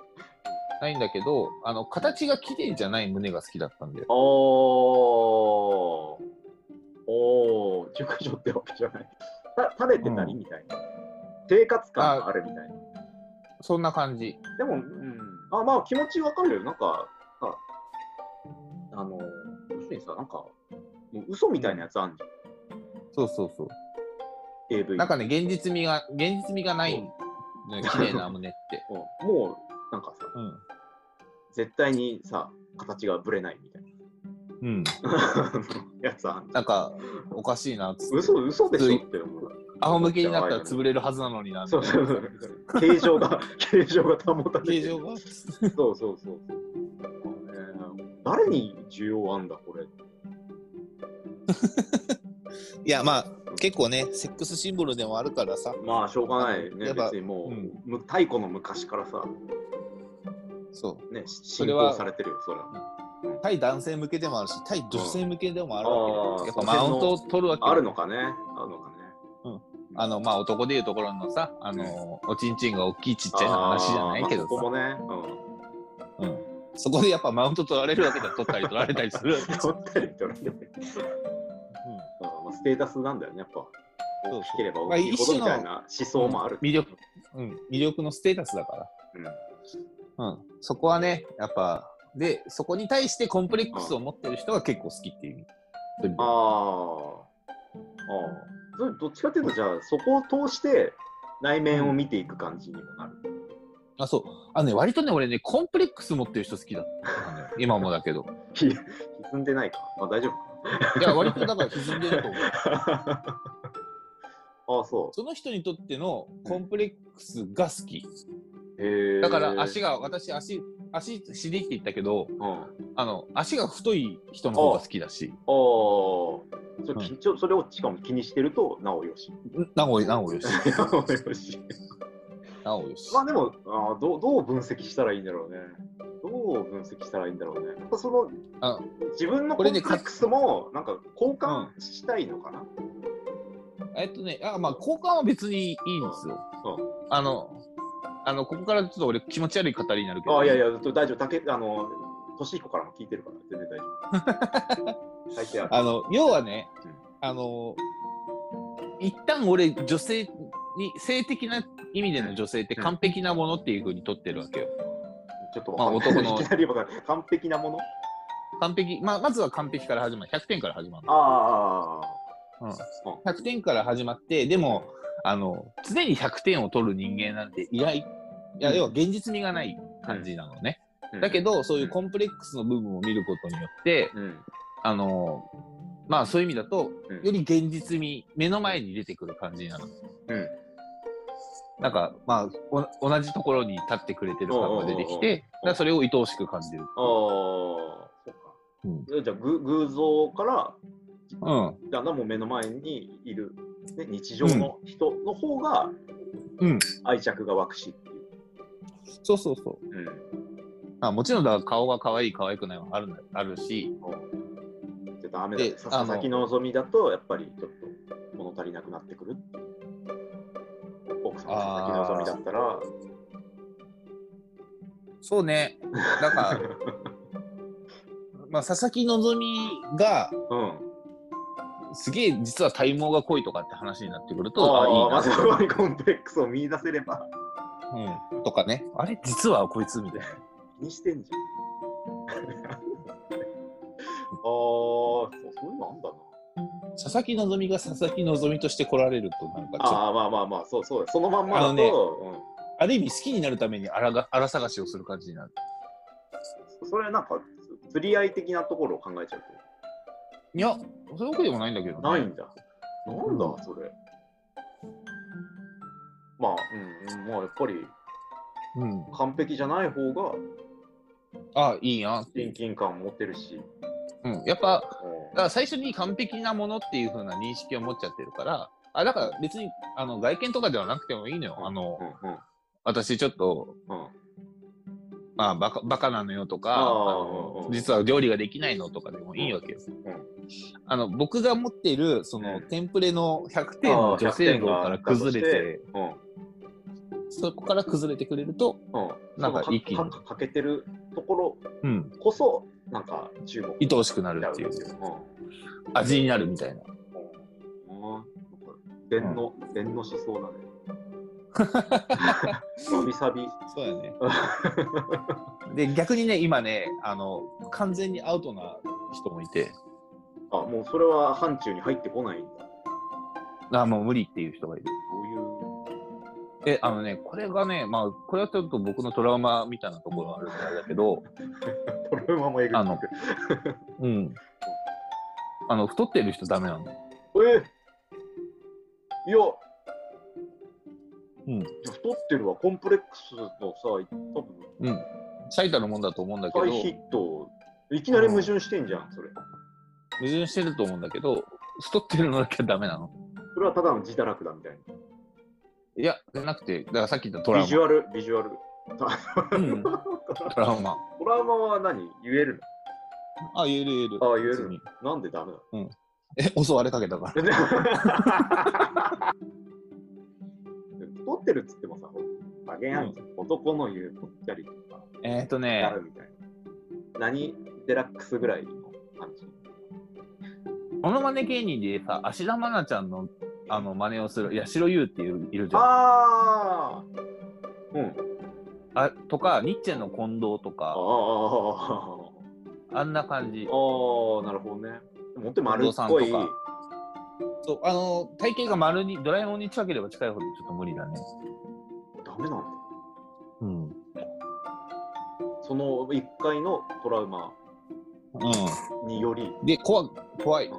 [SPEAKER 2] ないんだけど、あの、形が綺麗じゃない胸が好きだったんだよ。
[SPEAKER 1] おーおー熟女ってわけじゃない。た食べてたりみたいな、生活感があるみたいな
[SPEAKER 2] そんな感じ。
[SPEAKER 1] でも、うん、あまあ気持ちわかるよなんかさあの要するにさなんかもう嘘みたいなやつあんじゃん、
[SPEAKER 2] そうそうそう。
[SPEAKER 1] AV
[SPEAKER 2] なんかね、現実味が、現実味がないんだよ、綺麗な胸って。
[SPEAKER 1] うんもうなんかさ絶対にさ形がぶれないみ たい
[SPEAKER 2] うん。うん。
[SPEAKER 1] なやつあんじゃん
[SPEAKER 2] なんか、おかしいな、つって
[SPEAKER 1] 嘘嘘でしょって思う
[SPEAKER 2] 仰向けになったら潰れるはずなのにな。
[SPEAKER 1] そうそうそう形状が形状が保たれて
[SPEAKER 2] 形
[SPEAKER 1] る
[SPEAKER 2] 状が。
[SPEAKER 1] そうそうそうそう、ね誰に需要あんだこれ
[SPEAKER 2] いや、まあ、結構ね、セックスシンボルでもあるからさ。
[SPEAKER 1] まあしょうがないね
[SPEAKER 2] やっぱ
[SPEAKER 1] 別にもう、
[SPEAKER 2] うん
[SPEAKER 1] む太古の昔からさ
[SPEAKER 2] そう。
[SPEAKER 1] ね信
[SPEAKER 2] それは
[SPEAKER 1] 仰されてるよそれは
[SPEAKER 2] 対男性向けでもあるし、対女性向けでもあるわけだよ、
[SPEAKER 1] うん
[SPEAKER 2] やっぱマウント
[SPEAKER 1] あ
[SPEAKER 2] を取るわけよ
[SPEAKER 1] あるのかねあるのかね
[SPEAKER 2] あの、まあ、男でいうところのさ、あの、おちんちんが大きいちっちゃいの話じゃないけど
[SPEAKER 1] あーまあそ
[SPEAKER 2] さ、
[SPEAKER 1] こもね、うん
[SPEAKER 2] うんそこでやっぱマウント取られるわけだよ取ったり取られたりす る。
[SPEAKER 1] 取ったり取られたりあーまあステータスなんだよねやっぱ
[SPEAKER 2] そう
[SPEAKER 1] 大きければ大きいほどみたいな思想もある、
[SPEAKER 2] 魅力、うん、魅力のステータスだか
[SPEAKER 1] うん
[SPEAKER 2] ら。うん。そこはね、やっぱ、で、そこに対してコンプレックスを持ってる人が結構好きっていう意味。
[SPEAKER 1] あーあーそれどっちかっていうとじゃあそこを通して内面を見ていく感じにもなる、
[SPEAKER 2] あ、そう。あのね、割とね、俺ね、コンプレックス持ってる人好きだ ったんだよ。今もだけど。
[SPEAKER 1] ひ歪んでないかまあ大丈夫
[SPEAKER 2] いや、割とだから歪んでると思う。
[SPEAKER 1] か ああそ
[SPEAKER 2] その人にとってのコンプレックスが好き。
[SPEAKER 1] うへえ
[SPEAKER 2] だから足が、私、足、足、死できていったけど、
[SPEAKER 1] うんああ
[SPEAKER 2] あの、足が太い人の方が好きだし、
[SPEAKER 1] それ,、
[SPEAKER 2] うん
[SPEAKER 1] 緊張それをしかも気にしてるとなおよ し
[SPEAKER 2] なお、なおよし。
[SPEAKER 1] なおよし
[SPEAKER 2] なおよし。
[SPEAKER 1] まあでもあーどうどう分析したらいいんだろうね。どう分析したらいいんだろうね。やっぱその
[SPEAKER 2] あ
[SPEAKER 1] 自分のコ
[SPEAKER 2] こ
[SPEAKER 1] ン
[SPEAKER 2] れ
[SPEAKER 1] プレ
[SPEAKER 2] ね
[SPEAKER 1] ックスもなんか交換したいのかな。
[SPEAKER 2] えっとね、あまあ、交換は別にいいんですよ。あの、あの、ここからちょっと俺気持ち悪い語りになるけど、
[SPEAKER 1] あいやいや大丈夫。だけあの俊彦からも聞いてるから全然 大丈夫。書いてある。
[SPEAKER 2] あの、要はね
[SPEAKER 1] うん、
[SPEAKER 2] あの、一旦俺、女性に、性的な意味での女性って
[SPEAKER 1] うん
[SPEAKER 2] 完璧なものっていうふうに取ってるわけよ。
[SPEAKER 1] ちょっとわかんない
[SPEAKER 2] まあ男の
[SPEAKER 1] いきなりわかんない完璧なもの。
[SPEAKER 2] 完璧、まあ、まずは完璧から始まる。100点から始まる。
[SPEAKER 1] あ
[SPEAKER 2] うん
[SPEAKER 1] う
[SPEAKER 2] 100点から始まって、でも、あの、常に100点を取る人間なんていない。いや、
[SPEAKER 1] うん
[SPEAKER 2] 要は現実味がない感じなのね。
[SPEAKER 1] あ。
[SPEAKER 2] だけ
[SPEAKER 1] ど。
[SPEAKER 2] ど、そういうコンプレックスの部分を見ることによって、
[SPEAKER 1] うん。
[SPEAKER 2] あのまあそういう意味だと、
[SPEAKER 1] うん
[SPEAKER 2] より現実味、目の前に出てくる感じなの。
[SPEAKER 1] うん
[SPEAKER 2] なんか、まあお、同じところに立ってくれてる感が出てき
[SPEAKER 1] おうおうおうおう
[SPEAKER 2] て、だからそれを愛おしく感じる。
[SPEAKER 1] ああそうか。
[SPEAKER 2] うん。
[SPEAKER 1] じゃあぐ偶像から
[SPEAKER 2] うん。
[SPEAKER 1] だんだんもう目の前にいる、ね、日常の人の方が
[SPEAKER 2] うん
[SPEAKER 1] 愛着が湧くしっていう。
[SPEAKER 2] そうそうそう。
[SPEAKER 1] うん
[SPEAKER 2] まあ、もちろん、だから顔が可愛い、可愛くないはあるんだあるし、
[SPEAKER 1] じゃあダメだ
[SPEAKER 2] で
[SPEAKER 1] さ
[SPEAKER 2] あ
[SPEAKER 1] 佐
[SPEAKER 2] の
[SPEAKER 1] 々木希だとやっぱりちょっと物足りなくなってくるっていう奥さんが佐々木希だったら
[SPEAKER 2] そうね。だから、 まあ、佐々木希が、
[SPEAKER 1] うん
[SPEAKER 2] すげえ実は体毛が濃いとかって話になってくると、あ
[SPEAKER 1] ああま
[SPEAKER 2] あ、
[SPEAKER 1] あ
[SPEAKER 2] いいな
[SPEAKER 1] そこにコンプレックスを見出せれば
[SPEAKER 2] うん。とかね。あれ実はこいつみたいな。
[SPEAKER 1] 気にしてんじゃんああそうそういうのあんだな
[SPEAKER 2] 佐々木希が佐々木希として来られるとなんかちょっと
[SPEAKER 1] ああまあまあまあそうそうそのまんまだ
[SPEAKER 2] あ
[SPEAKER 1] と、
[SPEAKER 2] のねある意味好きになるためにあらがあら探しをする感じになる
[SPEAKER 1] うん、それはなんか釣り合い的なところを考えちゃうと
[SPEAKER 2] いやそういうわけでもないんだけど、ね、
[SPEAKER 1] ないんだ。なんだ、それ。まあ、うん、まあ、やっぱり
[SPEAKER 2] うん
[SPEAKER 1] 完璧じゃない方が
[SPEAKER 2] あいいなってい
[SPEAKER 1] 親
[SPEAKER 2] う、
[SPEAKER 1] 近感を持ってるし。
[SPEAKER 2] うん、やっぱだから最初に完璧なものっていう風な認識を持っちゃってるからあだから別にあの外見とかではなくてもいいのよ、
[SPEAKER 1] うん
[SPEAKER 2] あの
[SPEAKER 1] うん、うん、
[SPEAKER 2] 私ちょっと
[SPEAKER 1] うん。
[SPEAKER 2] まあバカバカなのよとか
[SPEAKER 1] あー
[SPEAKER 2] あの
[SPEAKER 1] うん
[SPEAKER 2] 実は料理ができないのとかでもいいわけよ、
[SPEAKER 1] うん
[SPEAKER 2] あの僕が持っているその、
[SPEAKER 1] うん
[SPEAKER 2] テンプレの100点の女性像から崩れて
[SPEAKER 1] うん、
[SPEAKER 2] そこから崩れてくれると、
[SPEAKER 1] うん。
[SPEAKER 2] なんか
[SPEAKER 1] その
[SPEAKER 2] 一気に
[SPEAKER 1] かかかけてるところ
[SPEAKER 2] うん、
[SPEAKER 1] こそ、なんか注目
[SPEAKER 2] 愛おしくなるってい
[SPEAKER 1] う
[SPEAKER 2] う
[SPEAKER 1] ん。
[SPEAKER 2] 味になるみたいな。
[SPEAKER 1] うん、なんか禅の、禅の思想だ ね。わびさび。
[SPEAKER 2] そうやね。 で、逆にね、今ね、あの、完全にアウトな人もいて、
[SPEAKER 1] あ、もうそれは範疇に入ってこないんだ。
[SPEAKER 2] あ、もう無理っていう人がいる。
[SPEAKER 1] どういう。
[SPEAKER 2] え、あのね、これがね、まあ、これはちょっと僕のトラウマみたいなところはあるんだけど、
[SPEAKER 1] トラウマもえぐい
[SPEAKER 2] あのうん。あの、太ってる人ダメなの。
[SPEAKER 1] えいや、
[SPEAKER 2] うん
[SPEAKER 1] いや太ってるわ、コンプレックスのさ、多分
[SPEAKER 2] うん。最たるもんだと思うんだけど、
[SPEAKER 1] 大ヒ
[SPEAKER 2] 矛
[SPEAKER 1] ット、いきなり矛盾してんじゃん、それ。
[SPEAKER 2] 盾してると思うんだけど、太ってるのだけはダメなの。
[SPEAKER 1] それはただの自堕落だみたい
[SPEAKER 2] いや、じゃなくて、だからさっき言ったト
[SPEAKER 1] な。
[SPEAKER 2] ラ
[SPEAKER 1] ビ
[SPEAKER 2] ウ
[SPEAKER 1] ジ
[SPEAKER 2] マ。
[SPEAKER 1] ュアル、ビジュアル。
[SPEAKER 2] うん、トラウマ。
[SPEAKER 1] トラウマは何言える
[SPEAKER 2] あ、言える言える。
[SPEAKER 1] あ言える
[SPEAKER 2] 別に
[SPEAKER 1] のなんでダメなの
[SPEAKER 2] え、襲われかけたから。
[SPEAKER 1] 太ってるっつってもさ、バゲンあるじゃん、男の言うぽっちゃりとか、
[SPEAKER 2] えっ、ー、と
[SPEAKER 1] な
[SPEAKER 2] ね、
[SPEAKER 1] るみたいな。何デラックスぐらいの感じ。
[SPEAKER 2] モノマネ芸人でさ、芦田愛菜ちゃんの、あの、真似をする、八代優っていう、いるじゃん。あ
[SPEAKER 1] ああうん。
[SPEAKER 2] とか、ニッチェの近藤と
[SPEAKER 1] ああ
[SPEAKER 2] か、
[SPEAKER 1] あ
[SPEAKER 2] あんな感
[SPEAKER 1] あ
[SPEAKER 2] じ。
[SPEAKER 1] あ、なるほどね。でも本当に丸っこい。
[SPEAKER 2] 近藤さんとかそう、あの、体型が丸に、ドラえもんに近ければ近いほどちょっと無理だね。
[SPEAKER 1] ダメなんだ。
[SPEAKER 2] うん。うん。
[SPEAKER 1] その一回のトラウマにより。
[SPEAKER 2] で、怖い、怖い
[SPEAKER 1] うん。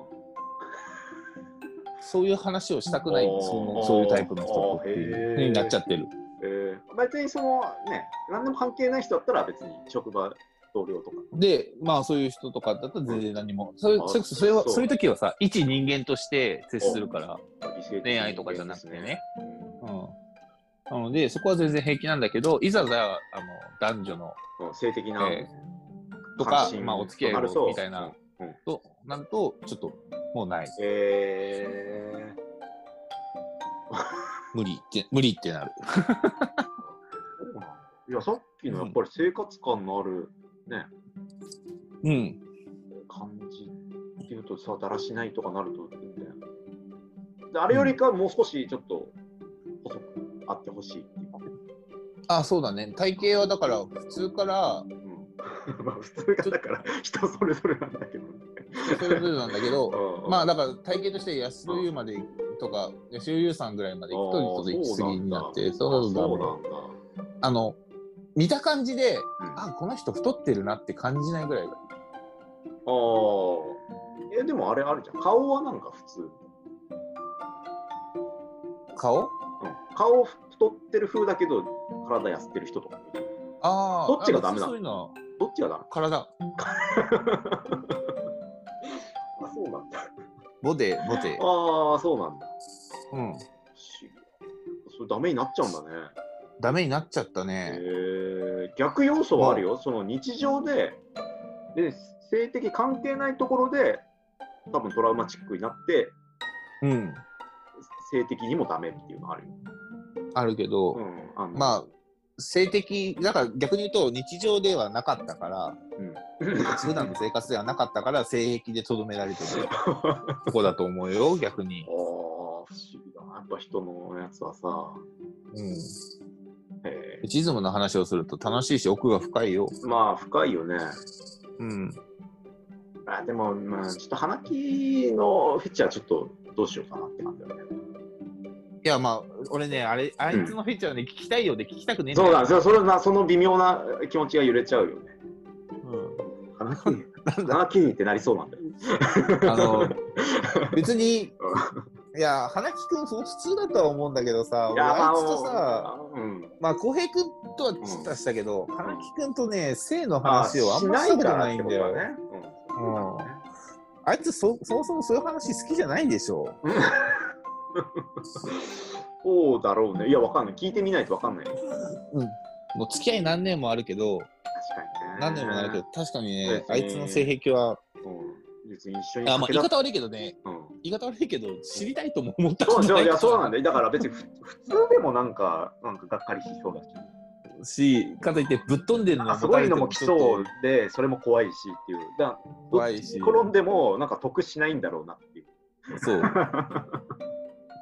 [SPEAKER 2] そういう話をしたくない、
[SPEAKER 1] あー
[SPEAKER 2] そのそういうタイプの人とっていう
[SPEAKER 1] あーへー
[SPEAKER 2] ふうになっちゃってる。
[SPEAKER 1] えー、別にそのね、何でも関係ない人だったら別に職場同僚とか。
[SPEAKER 2] で、まあそういう人とかだったら全然何も。それ
[SPEAKER 1] あ
[SPEAKER 2] それそれは
[SPEAKER 1] そう
[SPEAKER 2] そういう時はさ、一人間として接するから。
[SPEAKER 1] 理性的
[SPEAKER 2] 恋愛とかじゃなくてね
[SPEAKER 1] うん。
[SPEAKER 2] うん。なので、そこは全然平気なんだけど、いざざ、あの、男女の、
[SPEAKER 1] うん性的な、
[SPEAKER 2] えーとか
[SPEAKER 1] 関、心
[SPEAKER 2] まあ、お付き合いをみたいな、。
[SPEAKER 1] うんうん
[SPEAKER 2] となると、ちょっと、もうない。
[SPEAKER 1] え
[SPEAKER 2] 無理って、無理ってなる。
[SPEAKER 1] ー、そうなんだいや、さっきのやっぱり生活感のある
[SPEAKER 2] うん。
[SPEAKER 1] 感じっていうとさ、だらしないとかなるといいんだよね。であれよりかはもう少しちょっと細くあってほしいっていうか。
[SPEAKER 2] あ、そうだね。体型はだから、普通から、
[SPEAKER 1] うん、 まあ普通がだから人それぞれなんだけどね。
[SPEAKER 2] それぞれなんだけど、まあ、だから、体型として安代優までとか、安代優さんぐらいまで行くと、ちょっと行き過ぎになって、
[SPEAKER 1] あ
[SPEAKER 2] そう
[SPEAKER 1] ー
[SPEAKER 2] そ
[SPEAKER 1] そ
[SPEAKER 2] う
[SPEAKER 1] う
[SPEAKER 2] そう。
[SPEAKER 1] なんだ。
[SPEAKER 2] あの、見た感じで、
[SPEAKER 1] うん
[SPEAKER 2] あ、この人太ってるなって感じないぐらいが
[SPEAKER 1] ああ。え、でもあれあるじゃん。顔はなんか普通。
[SPEAKER 2] 顔
[SPEAKER 1] うん、顔太ってる風だけど、体痩せてる人とか。
[SPEAKER 2] ああ。
[SPEAKER 1] どっちがダメなの
[SPEAKER 2] あそういうのは
[SPEAKER 1] どっちがだろ
[SPEAKER 2] 体、
[SPEAKER 1] う あ、そうなんだ。
[SPEAKER 2] ボデ、ボデ。
[SPEAKER 1] ああ、そうなんだ。不
[SPEAKER 2] うん。
[SPEAKER 1] 思議それダメになっちゃうんだね。
[SPEAKER 2] ダメになっちゃった
[SPEAKER 1] え
[SPEAKER 2] ね。
[SPEAKER 1] ー、逆要素はあるよ。その日常で、で、性的関係ないところで、多分トラウマチックになって、
[SPEAKER 2] うん。
[SPEAKER 1] 性的にもダメっていうのあるよ。
[SPEAKER 2] あるけど、
[SPEAKER 1] うん、あの
[SPEAKER 2] ま あ、性的、だから逆に言うと日常ではなかったから、普段の生活ではなかったから、性癖でとどめられてる
[SPEAKER 1] ああ
[SPEAKER 2] とこだと思うよ、逆に
[SPEAKER 1] ー、不。思議だな。やっぱ人のやつはさ、
[SPEAKER 2] うん。
[SPEAKER 1] え
[SPEAKER 2] エチズムの話をすると楽しいし、奥が深いよ。
[SPEAKER 1] ーまあ深いよね。
[SPEAKER 2] うん。
[SPEAKER 1] あでも、まあ、ちょっと花木のフェチはちょっとどうしようかなって感じだよね。
[SPEAKER 2] いや、まあ、俺ね、あれ、あいつのフィーチャーね、聞きたいようで聞きたくねえんだ
[SPEAKER 1] そう
[SPEAKER 2] よ
[SPEAKER 1] なんですよ。それな、その微妙な気持ちが揺れちゃうよね。
[SPEAKER 2] う
[SPEAKER 1] 花 木に、花木にってなりそうなんだよ。
[SPEAKER 2] ん。あ の、別に、いや、花木くん、そう普通だとは思うんだけどさ、俺あいつとさ、
[SPEAKER 1] あうん。
[SPEAKER 2] まあ、浩平君とはちょっとしたけど、花木君とね、性の
[SPEAKER 1] ま
[SPEAKER 2] 話をあんましたことないんだ
[SPEAKER 1] しい
[SPEAKER 2] よ。ね、
[SPEAKER 1] から
[SPEAKER 2] あいつそ、そもそもそういう話好きじゃないでしょ。
[SPEAKER 1] ってことだね。うん。そうだろうね。いや、わかんない。聞いてみないとわかんない。確か
[SPEAKER 2] もう付き合い何年もあるけど、
[SPEAKER 1] にね。
[SPEAKER 2] 何年もあるけど、確かにね、
[SPEAKER 1] そう
[SPEAKER 2] あ
[SPEAKER 1] ですね
[SPEAKER 2] いつの性癖は、
[SPEAKER 1] うん。別に一緒に
[SPEAKER 2] あまあ、
[SPEAKER 1] 酒
[SPEAKER 2] 言い
[SPEAKER 1] だ
[SPEAKER 2] 方悪いけどね、
[SPEAKER 1] うん。
[SPEAKER 2] 言い方悪いけど、知りたいとも思った
[SPEAKER 1] そうそういやそうなんんだよだから別にふ 普通でもなんかなんかがっかりしそうだし
[SPEAKER 2] だし、かといってぶっ飛んでるの
[SPEAKER 1] なん
[SPEAKER 2] は
[SPEAKER 1] かすごいのも来
[SPEAKER 2] ちょっと
[SPEAKER 1] そうでそれも怖いしっていうだからど
[SPEAKER 2] 怖
[SPEAKER 1] っ
[SPEAKER 2] い
[SPEAKER 1] ち
[SPEAKER 2] し
[SPEAKER 1] に転んでもなんか得しないんだろうなっていう
[SPEAKER 2] そう。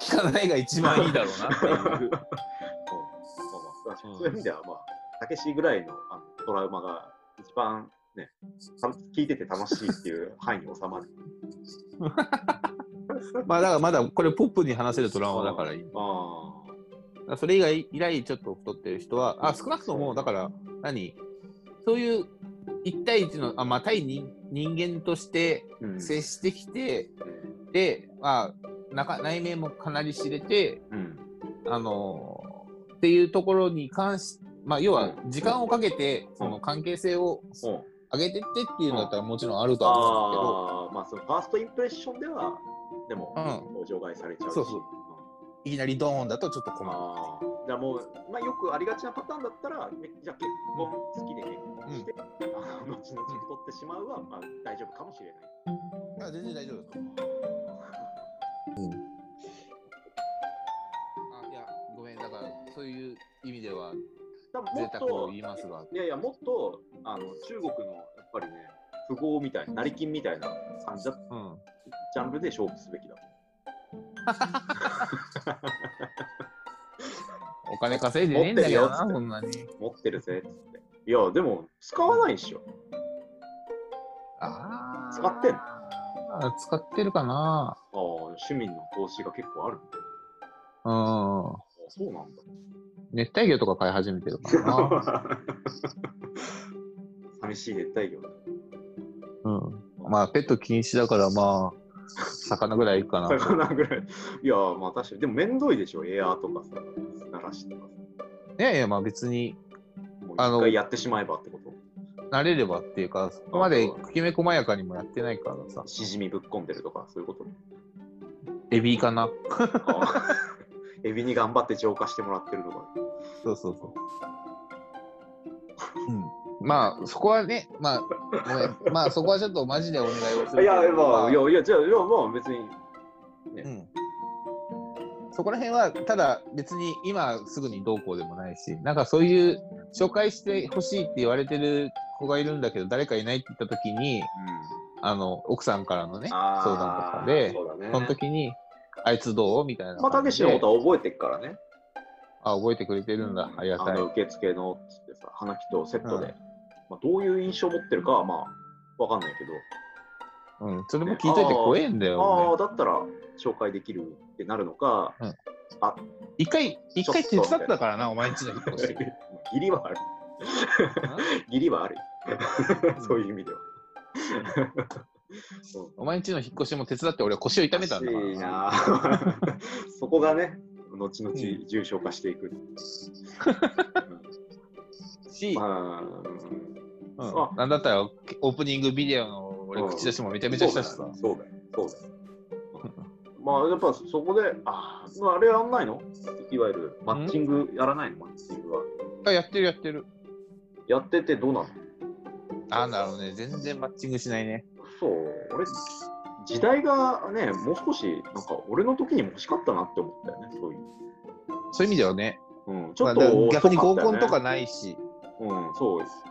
[SPEAKER 2] 聞かないが一番いいだろうなってい う
[SPEAKER 1] まあそういう意味では、まあ、たけしぐらいのあのトラウマが一番ね、た聞いてて楽しいっていう範囲に収まる。
[SPEAKER 2] まあだからまだこれポップに話せるトラウマだからいい。だ
[SPEAKER 1] ああ、
[SPEAKER 2] からそれ以外以来ちょっと太ってる人は、あ少なくともだから何そういう一対一のあまあ対人人間として
[SPEAKER 1] うん
[SPEAKER 2] 接してきて、でまあ中内面もかなり知れて
[SPEAKER 1] うん。
[SPEAKER 2] あのっていうところに関しまあ要は時間をかけてその関係性を
[SPEAKER 1] うん。
[SPEAKER 2] 上げてってっていうのだったらもちろんあるとは思うんですけど。
[SPEAKER 1] ああ、まあ、そのファーストインプレッションでは、でも、除外されちゃうし。
[SPEAKER 2] そうそうんいきなりドーンだとちょっと困る。
[SPEAKER 1] ああ、じゃあもう、まあ、よくありがちなパターンだったら、ねじゃあ結婚好きで結婚して、あの後々太ってしまうは、まあ、大丈夫かもしれ ない。
[SPEAKER 2] あ全然大丈夫だと思う。あいや、ごめん、だからそういう意味では
[SPEAKER 1] 多分も
[SPEAKER 2] 贅
[SPEAKER 1] っ
[SPEAKER 2] 沢を
[SPEAKER 1] と
[SPEAKER 2] 言いますが。
[SPEAKER 1] いやいや、もっとあの中国のやっぱりね、富豪みたいな、成金みたいな感じだ
[SPEAKER 2] うん。
[SPEAKER 1] ジャンルで勝負すべき だと。
[SPEAKER 2] お金稼いでねえんだけどな、
[SPEAKER 1] 持ってるよ
[SPEAKER 2] そんなに。
[SPEAKER 1] 持ってるぜっつって。いや、でも、使わないでしょ。
[SPEAKER 2] ああ。
[SPEAKER 1] 使ってんの
[SPEAKER 2] あ使ってるか
[SPEAKER 1] あ
[SPEAKER 2] な。
[SPEAKER 1] あ、市民の投資が結構ある。
[SPEAKER 2] うん。
[SPEAKER 1] あそうなんだ。
[SPEAKER 2] 熱帯魚とか飼い始めてるから な。
[SPEAKER 1] 寂しい熱帯魚。
[SPEAKER 2] うん。まあ、ペット禁止だから、まあ、魚ぐらいいいかな。
[SPEAKER 1] 魚ぐらい。いや、まあ確かに。でも、面倒いでしょ。エアーとかさ、鳴らしとかさ。
[SPEAKER 2] いやいや、まあ別に
[SPEAKER 1] もう
[SPEAKER 2] あの
[SPEAKER 1] 一回やってしまえばってこと。
[SPEAKER 2] 慣れればっていうか、そこまできめ細やかにもやってないからさ。
[SPEAKER 1] しじみぶっこんでるとか、そういうこと。
[SPEAKER 2] エビかな。
[SPEAKER 1] ああエビに頑張って浄化してもらってるとか。
[SPEAKER 2] そうそうそう。うん、まあそこはね、まあごめ ん、まあそこはちょっとマジでお願いをするけど。
[SPEAKER 1] いや、まあ、い
[SPEAKER 2] ま
[SPEAKER 1] や、いや、じゃあ、いや、まあ、別に。
[SPEAKER 2] あうん。そこら辺はただ別に今すぐにどうこうでもないし、なんかそういう紹介してほしいって言われてる子がいるんだけど誰かいないって言った時に、あの奥さんからのね
[SPEAKER 1] あー
[SPEAKER 2] 相談とかで、
[SPEAKER 1] そうだね
[SPEAKER 2] その時に。あいつどうみたいな感じ
[SPEAKER 1] ま
[SPEAKER 2] で。
[SPEAKER 1] あ、たけしのことは覚えてっからね。
[SPEAKER 2] あ、覚えてくれてるんだ。ありがた
[SPEAKER 1] あ
[SPEAKER 2] い。
[SPEAKER 1] の受付のっつってさ、花木とセットで、
[SPEAKER 2] うん
[SPEAKER 1] まあ、どういう印象を持ってるかはまあわかんないけど、
[SPEAKER 2] うん。それも聞いといて怖えんだよ。俺
[SPEAKER 1] ああ、だったら紹介できるってなるの か、
[SPEAKER 2] 一回、一回手伝ったからな、お前んちの引っ越し。
[SPEAKER 1] ギリはある、 ギリはある、そういう意味では。
[SPEAKER 2] お前んちの引っ越しも手伝って俺は腰を痛めたんだから
[SPEAKER 1] おかしいな ぁそこがね、後々重症化していく。
[SPEAKER 2] し、
[SPEAKER 1] まあ、うん
[SPEAKER 2] うん
[SPEAKER 1] あ
[SPEAKER 2] なんだったらオープニングビデオの俺
[SPEAKER 1] うん
[SPEAKER 2] 口出しもめちゃめちゃしたしさ。
[SPEAKER 1] そうだよ、そうだ よ。そうだようんまあ、やっぱそこで、あーまあ、あれやんないのいわゆるマッチングやらないのマッチングは。
[SPEAKER 2] あやってるやってる。
[SPEAKER 1] やっててどうなの
[SPEAKER 2] あ、なるほどね。全然マッチングしないね。
[SPEAKER 1] そう、俺、時代がね、もう少し、なんか俺の時にも欲しかったなって思ったよね、そういう。
[SPEAKER 2] そういう意味ではね。
[SPEAKER 1] うん、ちょっ
[SPEAKER 2] まあだから
[SPEAKER 1] と、
[SPEAKER 2] 逆に合
[SPEAKER 1] 遅
[SPEAKER 2] コ
[SPEAKER 1] ったよね
[SPEAKER 2] ンとかないし。
[SPEAKER 1] うん、そうです。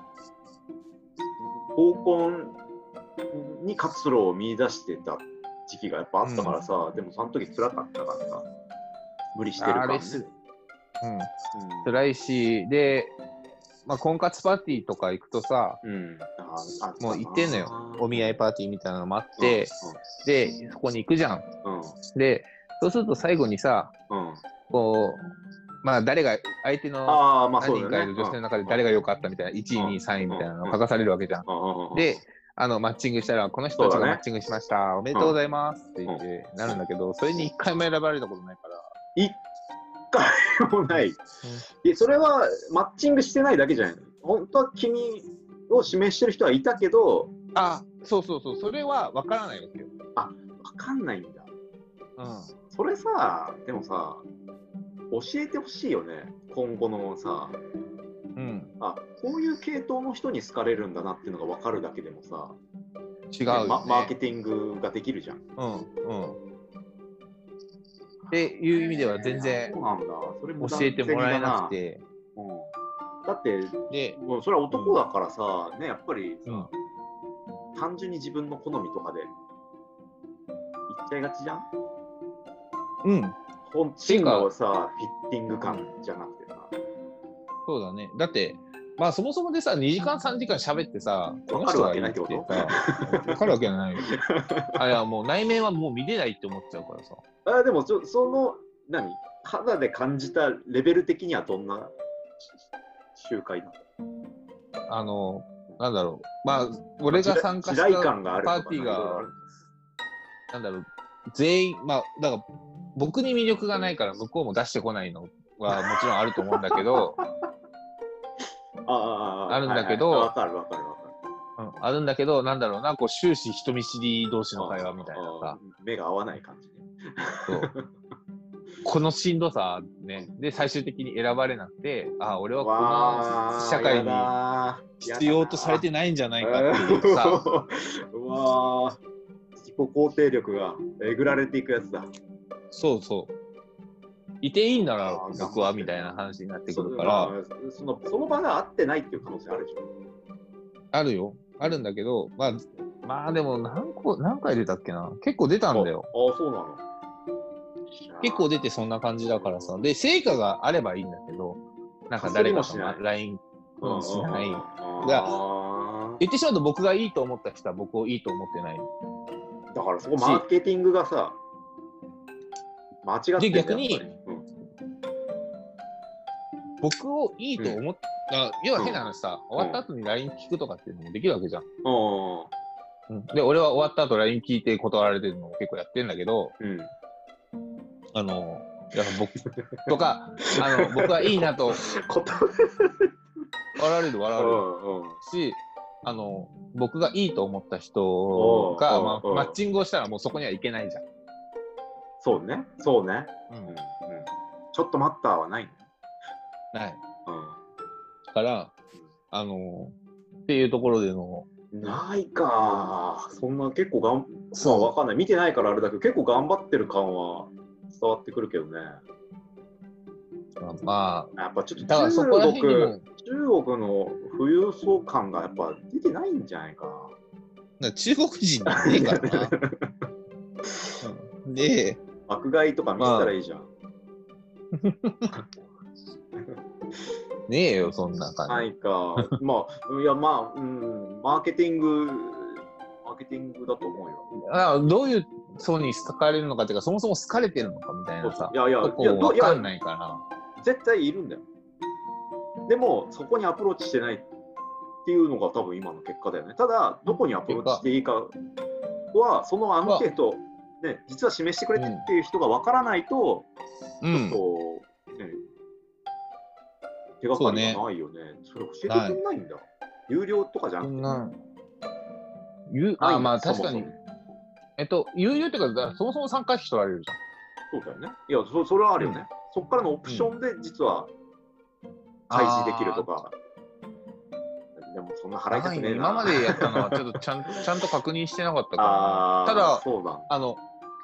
[SPEAKER 1] 合コンに活路を見出してた時期がやっぱあったからさ、でもその時辛かったからさ、無理してるか
[SPEAKER 2] あれ
[SPEAKER 1] ら、ね。
[SPEAKER 2] すうん。
[SPEAKER 1] うん
[SPEAKER 2] 辛いし、で、まあ、婚活パーティーとか行くとさ、
[SPEAKER 1] うん、ああ
[SPEAKER 2] もう行ってんのよお見合いパーティーみたいなのもあって、、で、そこに行くじゃん。
[SPEAKER 1] うんうん
[SPEAKER 2] で、そうすると最後にさ、
[SPEAKER 1] うん
[SPEAKER 2] こう、まあ、誰が、相手の
[SPEAKER 1] ああ、まあ
[SPEAKER 2] 何
[SPEAKER 1] そう
[SPEAKER 2] 人
[SPEAKER 1] だ
[SPEAKER 2] か
[SPEAKER 1] よ
[SPEAKER 2] いる
[SPEAKER 1] ね。
[SPEAKER 2] 女性の中で誰が良かったみたいな、1位、
[SPEAKER 1] うん
[SPEAKER 2] 2位、3位みたいなの
[SPEAKER 1] うん
[SPEAKER 2] が書かされるわけじゃん。
[SPEAKER 1] うん、
[SPEAKER 2] で、あの、マッチングしたら、この人たち
[SPEAKER 1] そう
[SPEAKER 2] が
[SPEAKER 1] だね
[SPEAKER 2] マッチングしました、おめでとうございますって言ってなるんだけど、それに一回も選ばれたことないから。
[SPEAKER 1] 一回もない。えそれはマッチングしてないだけじゃないの本当は君を指名してる人はいたけど、
[SPEAKER 2] あ、そうそうそう、それは分からないわけよ。
[SPEAKER 1] わかんないんだ。
[SPEAKER 2] うん。
[SPEAKER 1] それさ、でもさ、教えてほしいよね、今後のさ、
[SPEAKER 2] うん。
[SPEAKER 1] あこういう系統の人に好かれるんだなっていうのが分かるだけでもさ、
[SPEAKER 2] 違うよ、ね
[SPEAKER 1] まマーケティングができるじゃん。
[SPEAKER 2] うん。うん。っていう意味では全然
[SPEAKER 1] そうなんだ、それ
[SPEAKER 2] 教
[SPEAKER 1] 無駄
[SPEAKER 2] えてもらえなくて。
[SPEAKER 1] うんだって、
[SPEAKER 2] で、
[SPEAKER 1] もうそれは男だからさ、ね、やっぱりさ、
[SPEAKER 2] うん
[SPEAKER 1] 単純に自分の好みとかで言っちゃいがちじゃん
[SPEAKER 2] うん。
[SPEAKER 1] 本真のさ、フィッティング感じゃなくてさ。
[SPEAKER 2] そうだね。だって、まあそもそもでさ、2時間3時間喋ってさ、
[SPEAKER 1] わかるわけない
[SPEAKER 2] この人
[SPEAKER 1] って
[SPEAKER 2] が言うってさ、わかるわけないよ。 あ、いや、もう内面はもう見れないって思っちゃうからさ。
[SPEAKER 1] あでもちょ、その、何肌で感じたレベル的にはどんな集会なの
[SPEAKER 2] あの、なんだろう。まあ、俺が参加し
[SPEAKER 1] 地雷
[SPEAKER 2] た、
[SPEAKER 1] 感があるとか
[SPEAKER 2] パーティーが
[SPEAKER 1] なんかいろいろある
[SPEAKER 2] なんだろう。全員、まあ、だから、僕に魅力がないから向こうも出してこないのはもちろんあると思うんだけど、
[SPEAKER 1] あああ
[SPEAKER 2] あるんだけど
[SPEAKER 1] はいはいわかるわかるわかる。
[SPEAKER 2] うんあるんだけど、なんだろうな、こう終始人見知り同士の会話みたいな
[SPEAKER 1] あ
[SPEAKER 2] さ
[SPEAKER 1] あ、目が合わない感じね。
[SPEAKER 2] そうこのしんどさね、で、最終的に選ばれなくて、あ、俺はこ
[SPEAKER 1] わ
[SPEAKER 2] の
[SPEAKER 1] ー
[SPEAKER 2] 社会
[SPEAKER 1] や
[SPEAKER 2] に
[SPEAKER 1] だー
[SPEAKER 2] 必要とされてないんじゃない
[SPEAKER 1] や
[SPEAKER 2] か
[SPEAKER 1] だな
[SPEAKER 2] っていうさ、
[SPEAKER 1] うわー自己肯定力がえぐられていくやつだ。
[SPEAKER 2] そうそう。いていいんなら
[SPEAKER 1] あー
[SPEAKER 2] 僕はみたいな話になってくるか
[SPEAKER 1] そ
[SPEAKER 2] ら、
[SPEAKER 1] うまあそのその場が合ってないっていう可能性あるでしょ。
[SPEAKER 2] あるよ。あるんだけど、まあ、まあでも何個、何回出たっけな結構出たんだよ。
[SPEAKER 1] ああ、そうなの。
[SPEAKER 2] 結構出てそんな感じだからさ。で、成果があればいいんだけど、なんか誰かと
[SPEAKER 1] かすりもしない
[SPEAKER 2] LINE うんしない。
[SPEAKER 1] だ
[SPEAKER 2] 言ってしまうと僕がいいと思った人は僕をいいと思ってない。
[SPEAKER 1] だからそこマーケティングがさ、間違って
[SPEAKER 2] で逆に
[SPEAKER 1] やっぱりうん
[SPEAKER 2] 僕をいいと思った、要は変な話さ、終わった後に LINE 聞くとかっていうのもできるわけじゃん。うんで、俺は終わった後 LINE 聞いて断られてるのも結構やってんだけど、
[SPEAKER 1] うん。
[SPEAKER 2] あの、やっぱ僕 とか、あの、僕はいいなと
[SPEAKER 1] こと。
[SPEAKER 2] 笑われる笑
[SPEAKER 1] う
[SPEAKER 2] わ
[SPEAKER 1] んうん
[SPEAKER 2] れるし、あの、僕がいいと思った人が、
[SPEAKER 1] うん
[SPEAKER 2] まあ
[SPEAKER 1] うん
[SPEAKER 2] マッチングをしたらもうそこにはいけないじゃん。
[SPEAKER 1] そうね、そうね。
[SPEAKER 2] う
[SPEAKER 1] うんんうんちょっと待ったはないね。
[SPEAKER 2] ない。
[SPEAKER 1] う
[SPEAKER 2] から、あの、っていうところでの、
[SPEAKER 1] んないか。そんな結構がん、まあ
[SPEAKER 2] う
[SPEAKER 1] わかんない。見てないからあれだけど、結構頑張ってる感は伝わってくるけどね。
[SPEAKER 2] まあ、
[SPEAKER 1] やっぱちょっ
[SPEAKER 2] だか
[SPEAKER 1] と
[SPEAKER 2] らそこ
[SPEAKER 1] 中
[SPEAKER 2] ら辺に
[SPEAKER 1] 国
[SPEAKER 2] も、
[SPEAKER 1] 中国の富裕層感がやっぱ出てないんじゃないか
[SPEAKER 2] な中国人じゃねえか らな。うんで、
[SPEAKER 1] な。爆買いとか見せたらいいじゃん。
[SPEAKER 2] ねえよ、そんな感じ。
[SPEAKER 1] ないか。 まあ、いや、まあ、うん、マーケティング、マーケティングだと思うよ。
[SPEAKER 2] だからどういう層に好かれるのかっていうか、そもそも好かれてるのかみたいなさ
[SPEAKER 1] い、やいや、
[SPEAKER 2] と
[SPEAKER 1] い
[SPEAKER 2] こ
[SPEAKER 1] や、ど
[SPEAKER 2] わ
[SPEAKER 1] いや
[SPEAKER 2] かんないか
[SPEAKER 1] 絶対いるんだよ。でも、そこにアプローチしてないっていうのが多分今の結果だよね。ただ、どこにアプローチしていいかは、そのアンケート、ね、実は示してくれてるっていう人がわからないと、
[SPEAKER 2] ら。う
[SPEAKER 1] ちょっと
[SPEAKER 2] ん。、
[SPEAKER 1] ね、手がかりがないよね。それ教えてくれないんだ。有料とかじゃな
[SPEAKER 2] そ
[SPEAKER 1] くて
[SPEAKER 2] んなゆあま
[SPEAKER 1] ない
[SPEAKER 2] あ
[SPEAKER 1] ん
[SPEAKER 2] 確
[SPEAKER 1] だ
[SPEAKER 2] かに
[SPEAKER 1] そも、
[SPEAKER 2] えっと、有料っていうか、だからそもそも参加費取られるじ
[SPEAKER 1] そうだよね。いや、そそれはあるよね。そこからのオプションで実は
[SPEAKER 2] ゃん。
[SPEAKER 1] 開示できるとか。でもそんな
[SPEAKER 2] あー。
[SPEAKER 1] 払いたくねえな。
[SPEAKER 2] 今までやったのは、ちょっとちゃん ちゃんと確認してなかった
[SPEAKER 1] あ
[SPEAKER 2] か
[SPEAKER 1] ー
[SPEAKER 2] ら、ただ、
[SPEAKER 1] そうなんだ。
[SPEAKER 2] あの、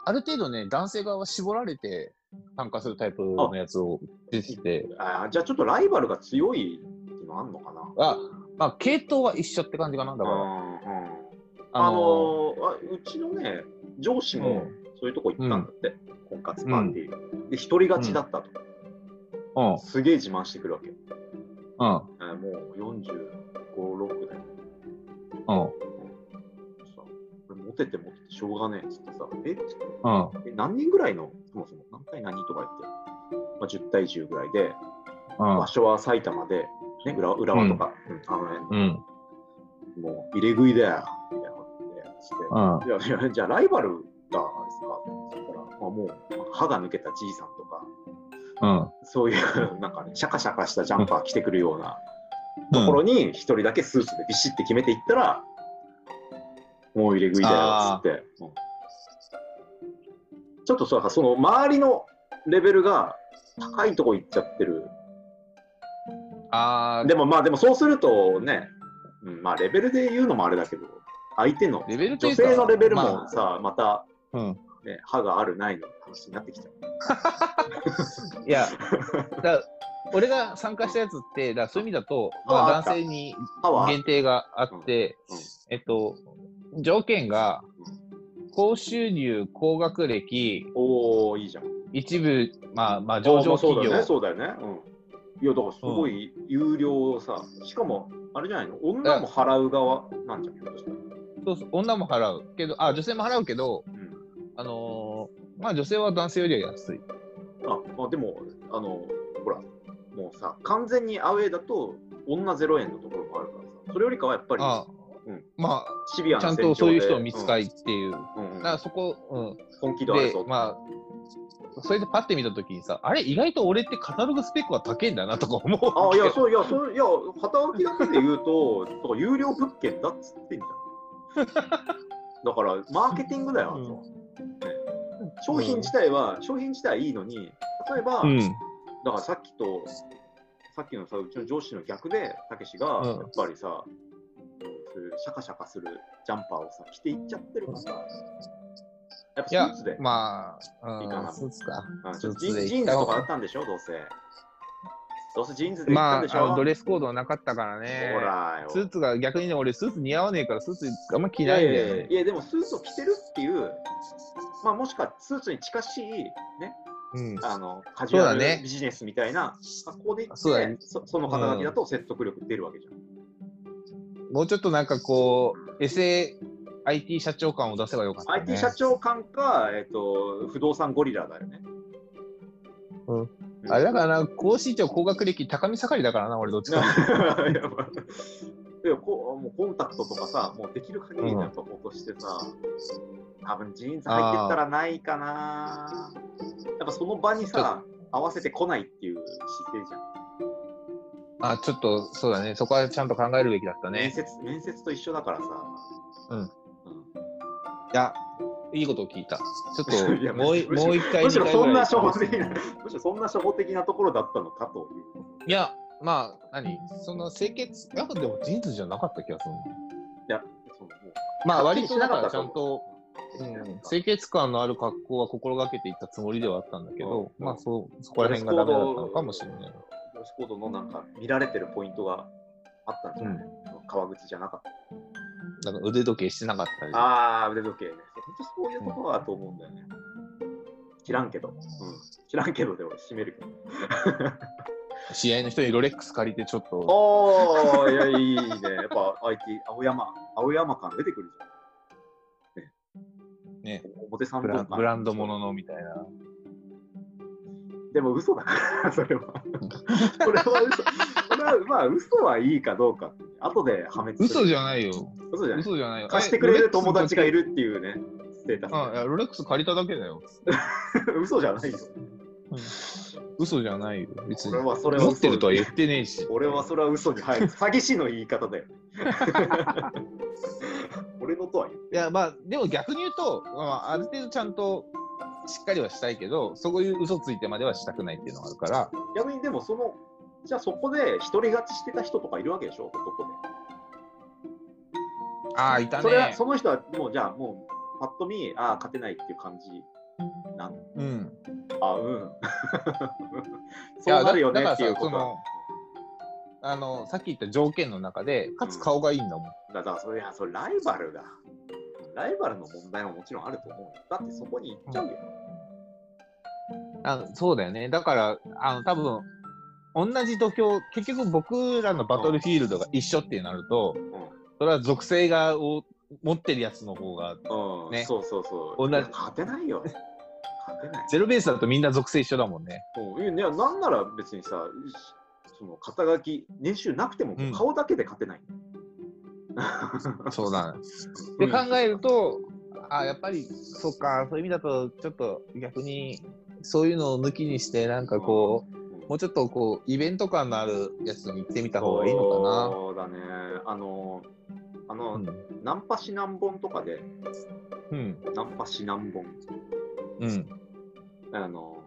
[SPEAKER 2] ある程度ね、男性側は絞られて参加するタイプのやつを出てきて、
[SPEAKER 1] あーじゃあちょっとライバルが強いっていうのあんのかな。
[SPEAKER 2] あ、まあ、系統は一緒って感じかな、だから。
[SPEAKER 1] うんうん
[SPEAKER 2] あ
[SPEAKER 1] あ
[SPEAKER 2] の
[SPEAKER 1] のーあうちのね、上司
[SPEAKER 2] ー
[SPEAKER 1] もそういうとこ行ったんだって、婚活パーティー。で、独り勝ちだったと。
[SPEAKER 2] うん、うん、
[SPEAKER 1] すげえ自慢してくるわけ。
[SPEAKER 2] うん、
[SPEAKER 1] えーもう45、6だよ。
[SPEAKER 2] うん、
[SPEAKER 1] さ俺モテてモテてしょうがねえっつってさ、え
[SPEAKER 2] うん、
[SPEAKER 1] え何人ぐらいの、そもそも何対何とか言って、まあ、10対10ぐらいで、場所は埼玉で、ね、浦和浦和とか、うんあの辺、
[SPEAKER 2] うん、うん、
[SPEAKER 1] もう入れ食いだよ、みたいなことでして、いやいや、じゃあライバルがですかって言ったら、まあ、もうなんか歯が抜けたじいさんとか、
[SPEAKER 2] うん、
[SPEAKER 1] そういうなんかね、シャカシャカしたジャンパー着てくるようなところに、一人だけスーツでビシッて決めていったら、もう入れ食いだよっつって、うんちょっとさ、その周りのレベルが高いとこ行っちゃってる。
[SPEAKER 2] あー
[SPEAKER 1] でもまあ、でもそうするとね、うん、まあレベルで言うのもあれだけど、相手の
[SPEAKER 2] レベルとい
[SPEAKER 1] 女
[SPEAKER 2] うか
[SPEAKER 1] 性のレベル
[SPEAKER 2] ま
[SPEAKER 1] もさ、また、
[SPEAKER 2] あうん、
[SPEAKER 1] ね、歯があるないの話になってきちゃう。
[SPEAKER 2] いや、だ俺が参加したやつって、だそういう意味だと、まあ、
[SPEAKER 1] ああった
[SPEAKER 2] 男性に
[SPEAKER 1] 歯は
[SPEAKER 2] 限定があって、
[SPEAKER 1] うんうん
[SPEAKER 2] えっと、条件が、高収入、高学歴、
[SPEAKER 1] おー、いいじゃん。
[SPEAKER 2] 一部、まあ、まあ、
[SPEAKER 1] 上
[SPEAKER 2] 上
[SPEAKER 1] 場
[SPEAKER 2] 場
[SPEAKER 1] そうだ
[SPEAKER 2] 企
[SPEAKER 1] よ
[SPEAKER 2] 業
[SPEAKER 1] ね、。そうだよね。うん、いや、だからすごい有料をさ、しかも、あれじゃないの、女も払う側なんじゃん、ひょっとしたら。
[SPEAKER 2] そうそう女も払うけど、あ、女性も払うけど、
[SPEAKER 1] うん
[SPEAKER 2] あのーまあ、女性は男性よりは安い。
[SPEAKER 1] あまあ、でも、あの、ほら、もうさ、完全にアウェーだと、女ゼロ円のところもあるからさ、それよりかはやっぱり
[SPEAKER 2] あ、
[SPEAKER 1] うん
[SPEAKER 2] まあ、
[SPEAKER 1] シビア
[SPEAKER 2] ちゃ
[SPEAKER 1] なん戦
[SPEAKER 2] と
[SPEAKER 1] 況
[SPEAKER 2] そういう
[SPEAKER 1] で
[SPEAKER 2] 人を見つかいっていう。
[SPEAKER 1] うんうん
[SPEAKER 2] だからそこ、うん。
[SPEAKER 1] 本気度ある
[SPEAKER 2] で
[SPEAKER 1] ぞ、、
[SPEAKER 2] まあ、それでパッて見たときにさ、あれ、意外と俺ってカタログスペックは高いんだなとか思う。
[SPEAKER 1] あいや、そういや、そういや、働きだけで言う と、とか有料物件だっつってんじゃん。だから、マーケティングだよ、あとは商品自体は、商品自体はいいのに、例えば、
[SPEAKER 2] うん。
[SPEAKER 1] だからさっきと、さっきのさ、うちの上司の逆で、たけしが、
[SPEAKER 2] うん
[SPEAKER 1] やっぱりさ、そういうシャカシャカするジャンパーをさ、着ていっちゃってるからさ、やっぱス
[SPEAKER 2] いや
[SPEAKER 1] ーツで、
[SPEAKER 2] まあ、
[SPEAKER 1] いいかな
[SPEAKER 2] うん、そうっすか。
[SPEAKER 1] うん
[SPEAKER 2] スー
[SPEAKER 1] ジ
[SPEAKER 2] ツで
[SPEAKER 1] ーンジーンズとかあったんでしょ、どうせ。どうせジーンズで行ったん
[SPEAKER 2] ま
[SPEAKER 1] でし
[SPEAKER 2] あ、あ
[SPEAKER 1] ょ。
[SPEAKER 2] のドレスコードはなかったからね。
[SPEAKER 1] ほらよ
[SPEAKER 2] スーツが逆にね、俺スーツ似合わねえから、スーツあんま着
[SPEAKER 1] い
[SPEAKER 2] な
[SPEAKER 1] や
[SPEAKER 2] い
[SPEAKER 1] い
[SPEAKER 2] んだ
[SPEAKER 1] や
[SPEAKER 2] よ
[SPEAKER 1] い
[SPEAKER 2] ね
[SPEAKER 1] や。いやでもスーツを着てるっていう、まあ、もしくはスーツに近しい、ね、
[SPEAKER 2] うん。
[SPEAKER 1] あのカジュア
[SPEAKER 2] そうだね
[SPEAKER 1] ルビジネスみたいな格好で行って
[SPEAKER 2] そうだね
[SPEAKER 1] そその肩書きだと説得力出るわけじゃん。
[SPEAKER 2] もうちょっとなんかこう、SAIT 社長感を出せばよかった、ね。
[SPEAKER 1] IT 社長官か、えっと不動産ゴリラだよね。
[SPEAKER 2] うん
[SPEAKER 1] ん
[SPEAKER 2] あれだからな、高身長、高学歴、高見盛りだからな、俺どっ ちかっていうと。
[SPEAKER 1] なやばいいやこうもうコンタクトとかさ、もうできる限りのやっぱことしてさ、多分ジーンズ入ってったらないかな。やっぱその場にさ、合わせてこないっていう姿勢じゃん。
[SPEAKER 2] あ、ちょっと、そうだね。そこはちゃんと考えるべきだった
[SPEAKER 1] 面
[SPEAKER 2] ね。
[SPEAKER 1] 接面接と一緒だからさ、
[SPEAKER 2] うん
[SPEAKER 1] う
[SPEAKER 2] いや、いいことを聞いた。ちょ っ
[SPEAKER 1] いや
[SPEAKER 2] と、もうい
[SPEAKER 1] むしろ
[SPEAKER 2] もう一回
[SPEAKER 1] むしろそんな
[SPEAKER 2] 二回
[SPEAKER 1] 初
[SPEAKER 2] ぐ
[SPEAKER 1] 歩
[SPEAKER 2] らい
[SPEAKER 1] 的な、むしろそんな初歩的なところだったのかという。
[SPEAKER 2] いや、まあ、何その清潔、やっぱでも事実じゃなかった気がするな。
[SPEAKER 1] いや、そうもう
[SPEAKER 2] まあ、
[SPEAKER 1] はっきり
[SPEAKER 2] 割
[SPEAKER 1] し
[SPEAKER 2] と
[SPEAKER 1] な
[SPEAKER 2] だ
[SPEAKER 1] か
[SPEAKER 2] か
[SPEAKER 1] った
[SPEAKER 2] ら
[SPEAKER 1] と
[SPEAKER 2] ちゃん
[SPEAKER 1] 思
[SPEAKER 2] と、うん、清潔感のある格好は心がけていったつもりではあったんだけど、
[SPEAKER 1] うん
[SPEAKER 2] まあそう、そこら辺がダメだったのかもしれない。
[SPEAKER 1] モスコードのなんか見られてるポイントがあったんじゃない、革靴じゃなかった。
[SPEAKER 2] なんか腕時計してなかったり。
[SPEAKER 1] ああ、腕時計ね。本当そういうところだと思うんだよね。知らんけど。うん、知らんけどで俺閉めるけど。
[SPEAKER 2] 試合の人にロレックス借りてちょっと、
[SPEAKER 1] おお、いや、いいね。 やっぱ IT、青山、青山感出てくるじゃん。
[SPEAKER 2] ね。
[SPEAKER 1] 表参
[SPEAKER 2] ブ
[SPEAKER 1] 道
[SPEAKER 2] ラ
[SPEAKER 1] 感
[SPEAKER 2] ンブランドもののみたいな。
[SPEAKER 1] でも嘘だから、 それは。それは嘘。それは、まあ、嘘はいいかどうかって。後で破滅する。
[SPEAKER 2] 嘘じ
[SPEAKER 1] ゃ
[SPEAKER 2] ゃないよ。
[SPEAKER 1] 嘘じゃない。
[SPEAKER 2] 嘘じゃないよ。
[SPEAKER 1] 貸してくれる友達がい
[SPEAKER 2] る。
[SPEAKER 1] るっていうね、ステータ
[SPEAKER 2] あいやロレックス借りただけだよ。
[SPEAKER 1] ス。 嘘じゃないよ。
[SPEAKER 2] 嘘じゃないよ。別
[SPEAKER 1] 俺
[SPEAKER 2] に。
[SPEAKER 1] はそれは
[SPEAKER 2] 持って
[SPEAKER 1] 嘘
[SPEAKER 2] るとは言ってねえし。
[SPEAKER 1] 俺はそれは嘘に入る。詐欺師の言い方だよ。 俺のとは言って
[SPEAKER 2] いや、まあ、でも逆に言うと、まあ、ある程度ちゃんとしっかりはしたいけど、そういう嘘ついてまではしたくないっていうのがあるから、
[SPEAKER 1] 逆にでもそのじゃあそこで独り勝ちしてた人とかいるわけでしょ男で
[SPEAKER 2] ああ、いた
[SPEAKER 1] それは
[SPEAKER 2] ね。
[SPEAKER 1] その人はもうじゃあもうパッと見ああ勝てないっていう感じなん
[SPEAKER 2] うん。
[SPEAKER 1] あうん
[SPEAKER 2] いや
[SPEAKER 1] そうなるよね
[SPEAKER 2] だ
[SPEAKER 1] っていうこ
[SPEAKER 2] だから
[SPEAKER 1] と
[SPEAKER 2] さそのあの、さっき言った条件の中で、かつ顔がいいんだもん。
[SPEAKER 1] だからそれいやそれライバルがライバルの問題ももちろんあると思うよだってそこに行っちゃうよ、
[SPEAKER 2] あのそうだよね。だから、あの、多分、同じ土俵、結局僕らのバトルフィールドが一緒ってなると、
[SPEAKER 1] ん
[SPEAKER 2] それは属性がを持ってるやつの方が、
[SPEAKER 1] うん
[SPEAKER 2] ね
[SPEAKER 1] そうそうそう
[SPEAKER 2] 同じ
[SPEAKER 1] いや勝てないよ勝てない
[SPEAKER 2] ゼロベースだとみんな属性一緒だもんね。
[SPEAKER 1] もういやいやなんなら別にさその肩書き年収なくても
[SPEAKER 2] うん
[SPEAKER 1] 顔だけで勝てない、
[SPEAKER 2] そうだね。
[SPEAKER 1] う
[SPEAKER 2] で
[SPEAKER 1] ん
[SPEAKER 2] 考えると、あやっぱりそうかそういう意味だとちょっと逆にそういうのを抜きにしてなんかこう、
[SPEAKER 1] うん
[SPEAKER 2] もうちょっとこうイベント感のあるやつに行ってみた方がいいのか
[SPEAKER 1] そうだね。あの、あ
[SPEAKER 2] な。
[SPEAKER 1] の、
[SPEAKER 2] うん
[SPEAKER 1] ナンパ指南本とかで、
[SPEAKER 2] うん
[SPEAKER 1] ナンパ指南本、
[SPEAKER 2] うんうん
[SPEAKER 1] あの、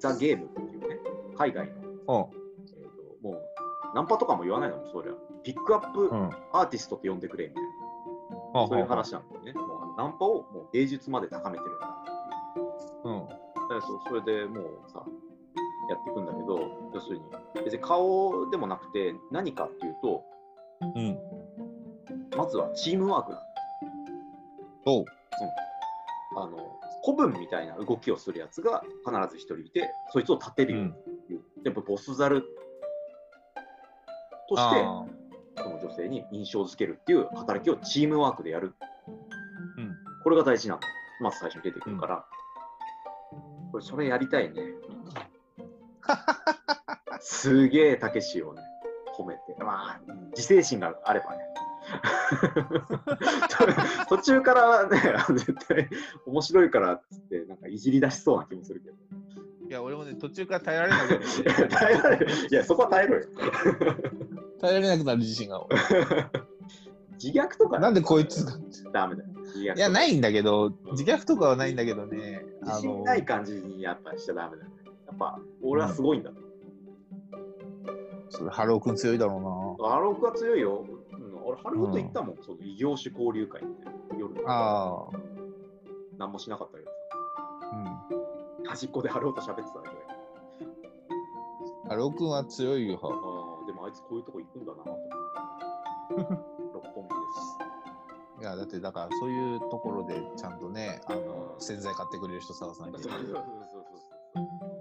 [SPEAKER 1] ザ・ゲームっていうね、海外の、えーともう、ナンパとかも言わないのも、そりゃ、ピックアップ
[SPEAKER 2] うん
[SPEAKER 1] アーティストって呼んでくれみたいな、そういう話なんだよね。もうあのナンパをもう芸術まで高めてるんだっていう。
[SPEAKER 2] うん
[SPEAKER 1] だからそうそれでもうさやっていくんだけど要するに別に顔でもなくて何かっていうと
[SPEAKER 2] うん
[SPEAKER 1] まずはチームワークだ
[SPEAKER 2] そう
[SPEAKER 1] あの古文みたいな動きをするやつが必ず一人いてそいつを立てるようにっていう、やっぱボスザルとして
[SPEAKER 2] あー
[SPEAKER 1] その女性に印象づけるっていう働きをチームワークでやる、
[SPEAKER 2] うん
[SPEAKER 1] これが大事なんだまず最初に出てくるから、これそれやりた いねすげえたけしをね褒めてまあ自制心があれ ばね途中からね絶対面白いからっつってなんかいじり出しそうな気もするけど
[SPEAKER 2] いや、俺もね、途中から耐えられなくなる。
[SPEAKER 1] い や耐えられるいやそこは耐えろよ
[SPEAKER 2] 耐えられなくなる自信が。
[SPEAKER 1] 自虐とか
[SPEAKER 2] なんでこいつが。
[SPEAKER 1] ダメだよ自虐とか
[SPEAKER 2] いや、ないんだけど、自虐とかはないんだけどね。
[SPEAKER 1] 自信ない感じにやっぱしちゃダメだよね。やっぱ俺はすごいんだと。
[SPEAKER 2] それハロー君強いだろ
[SPEAKER 1] ハロークは強いよ。うん、俺、ハローと行ったもん、その異業種交流会って夜
[SPEAKER 2] うな。あ
[SPEAKER 1] 何もしなかったけど
[SPEAKER 2] あ、う
[SPEAKER 1] さ、端っこでハローと喋ってただけだよ。
[SPEAKER 2] ん。ハロー君は強いよ。
[SPEAKER 1] あーでもあいつこういうとこ行くんだなと 思って。六本木です。
[SPEAKER 2] いや、だって、だから、そういうところで、ちゃんとね、あの、洗剤買ってくれる人探さなきゃいけ
[SPEAKER 1] そう
[SPEAKER 2] ない
[SPEAKER 1] そうそうそうそう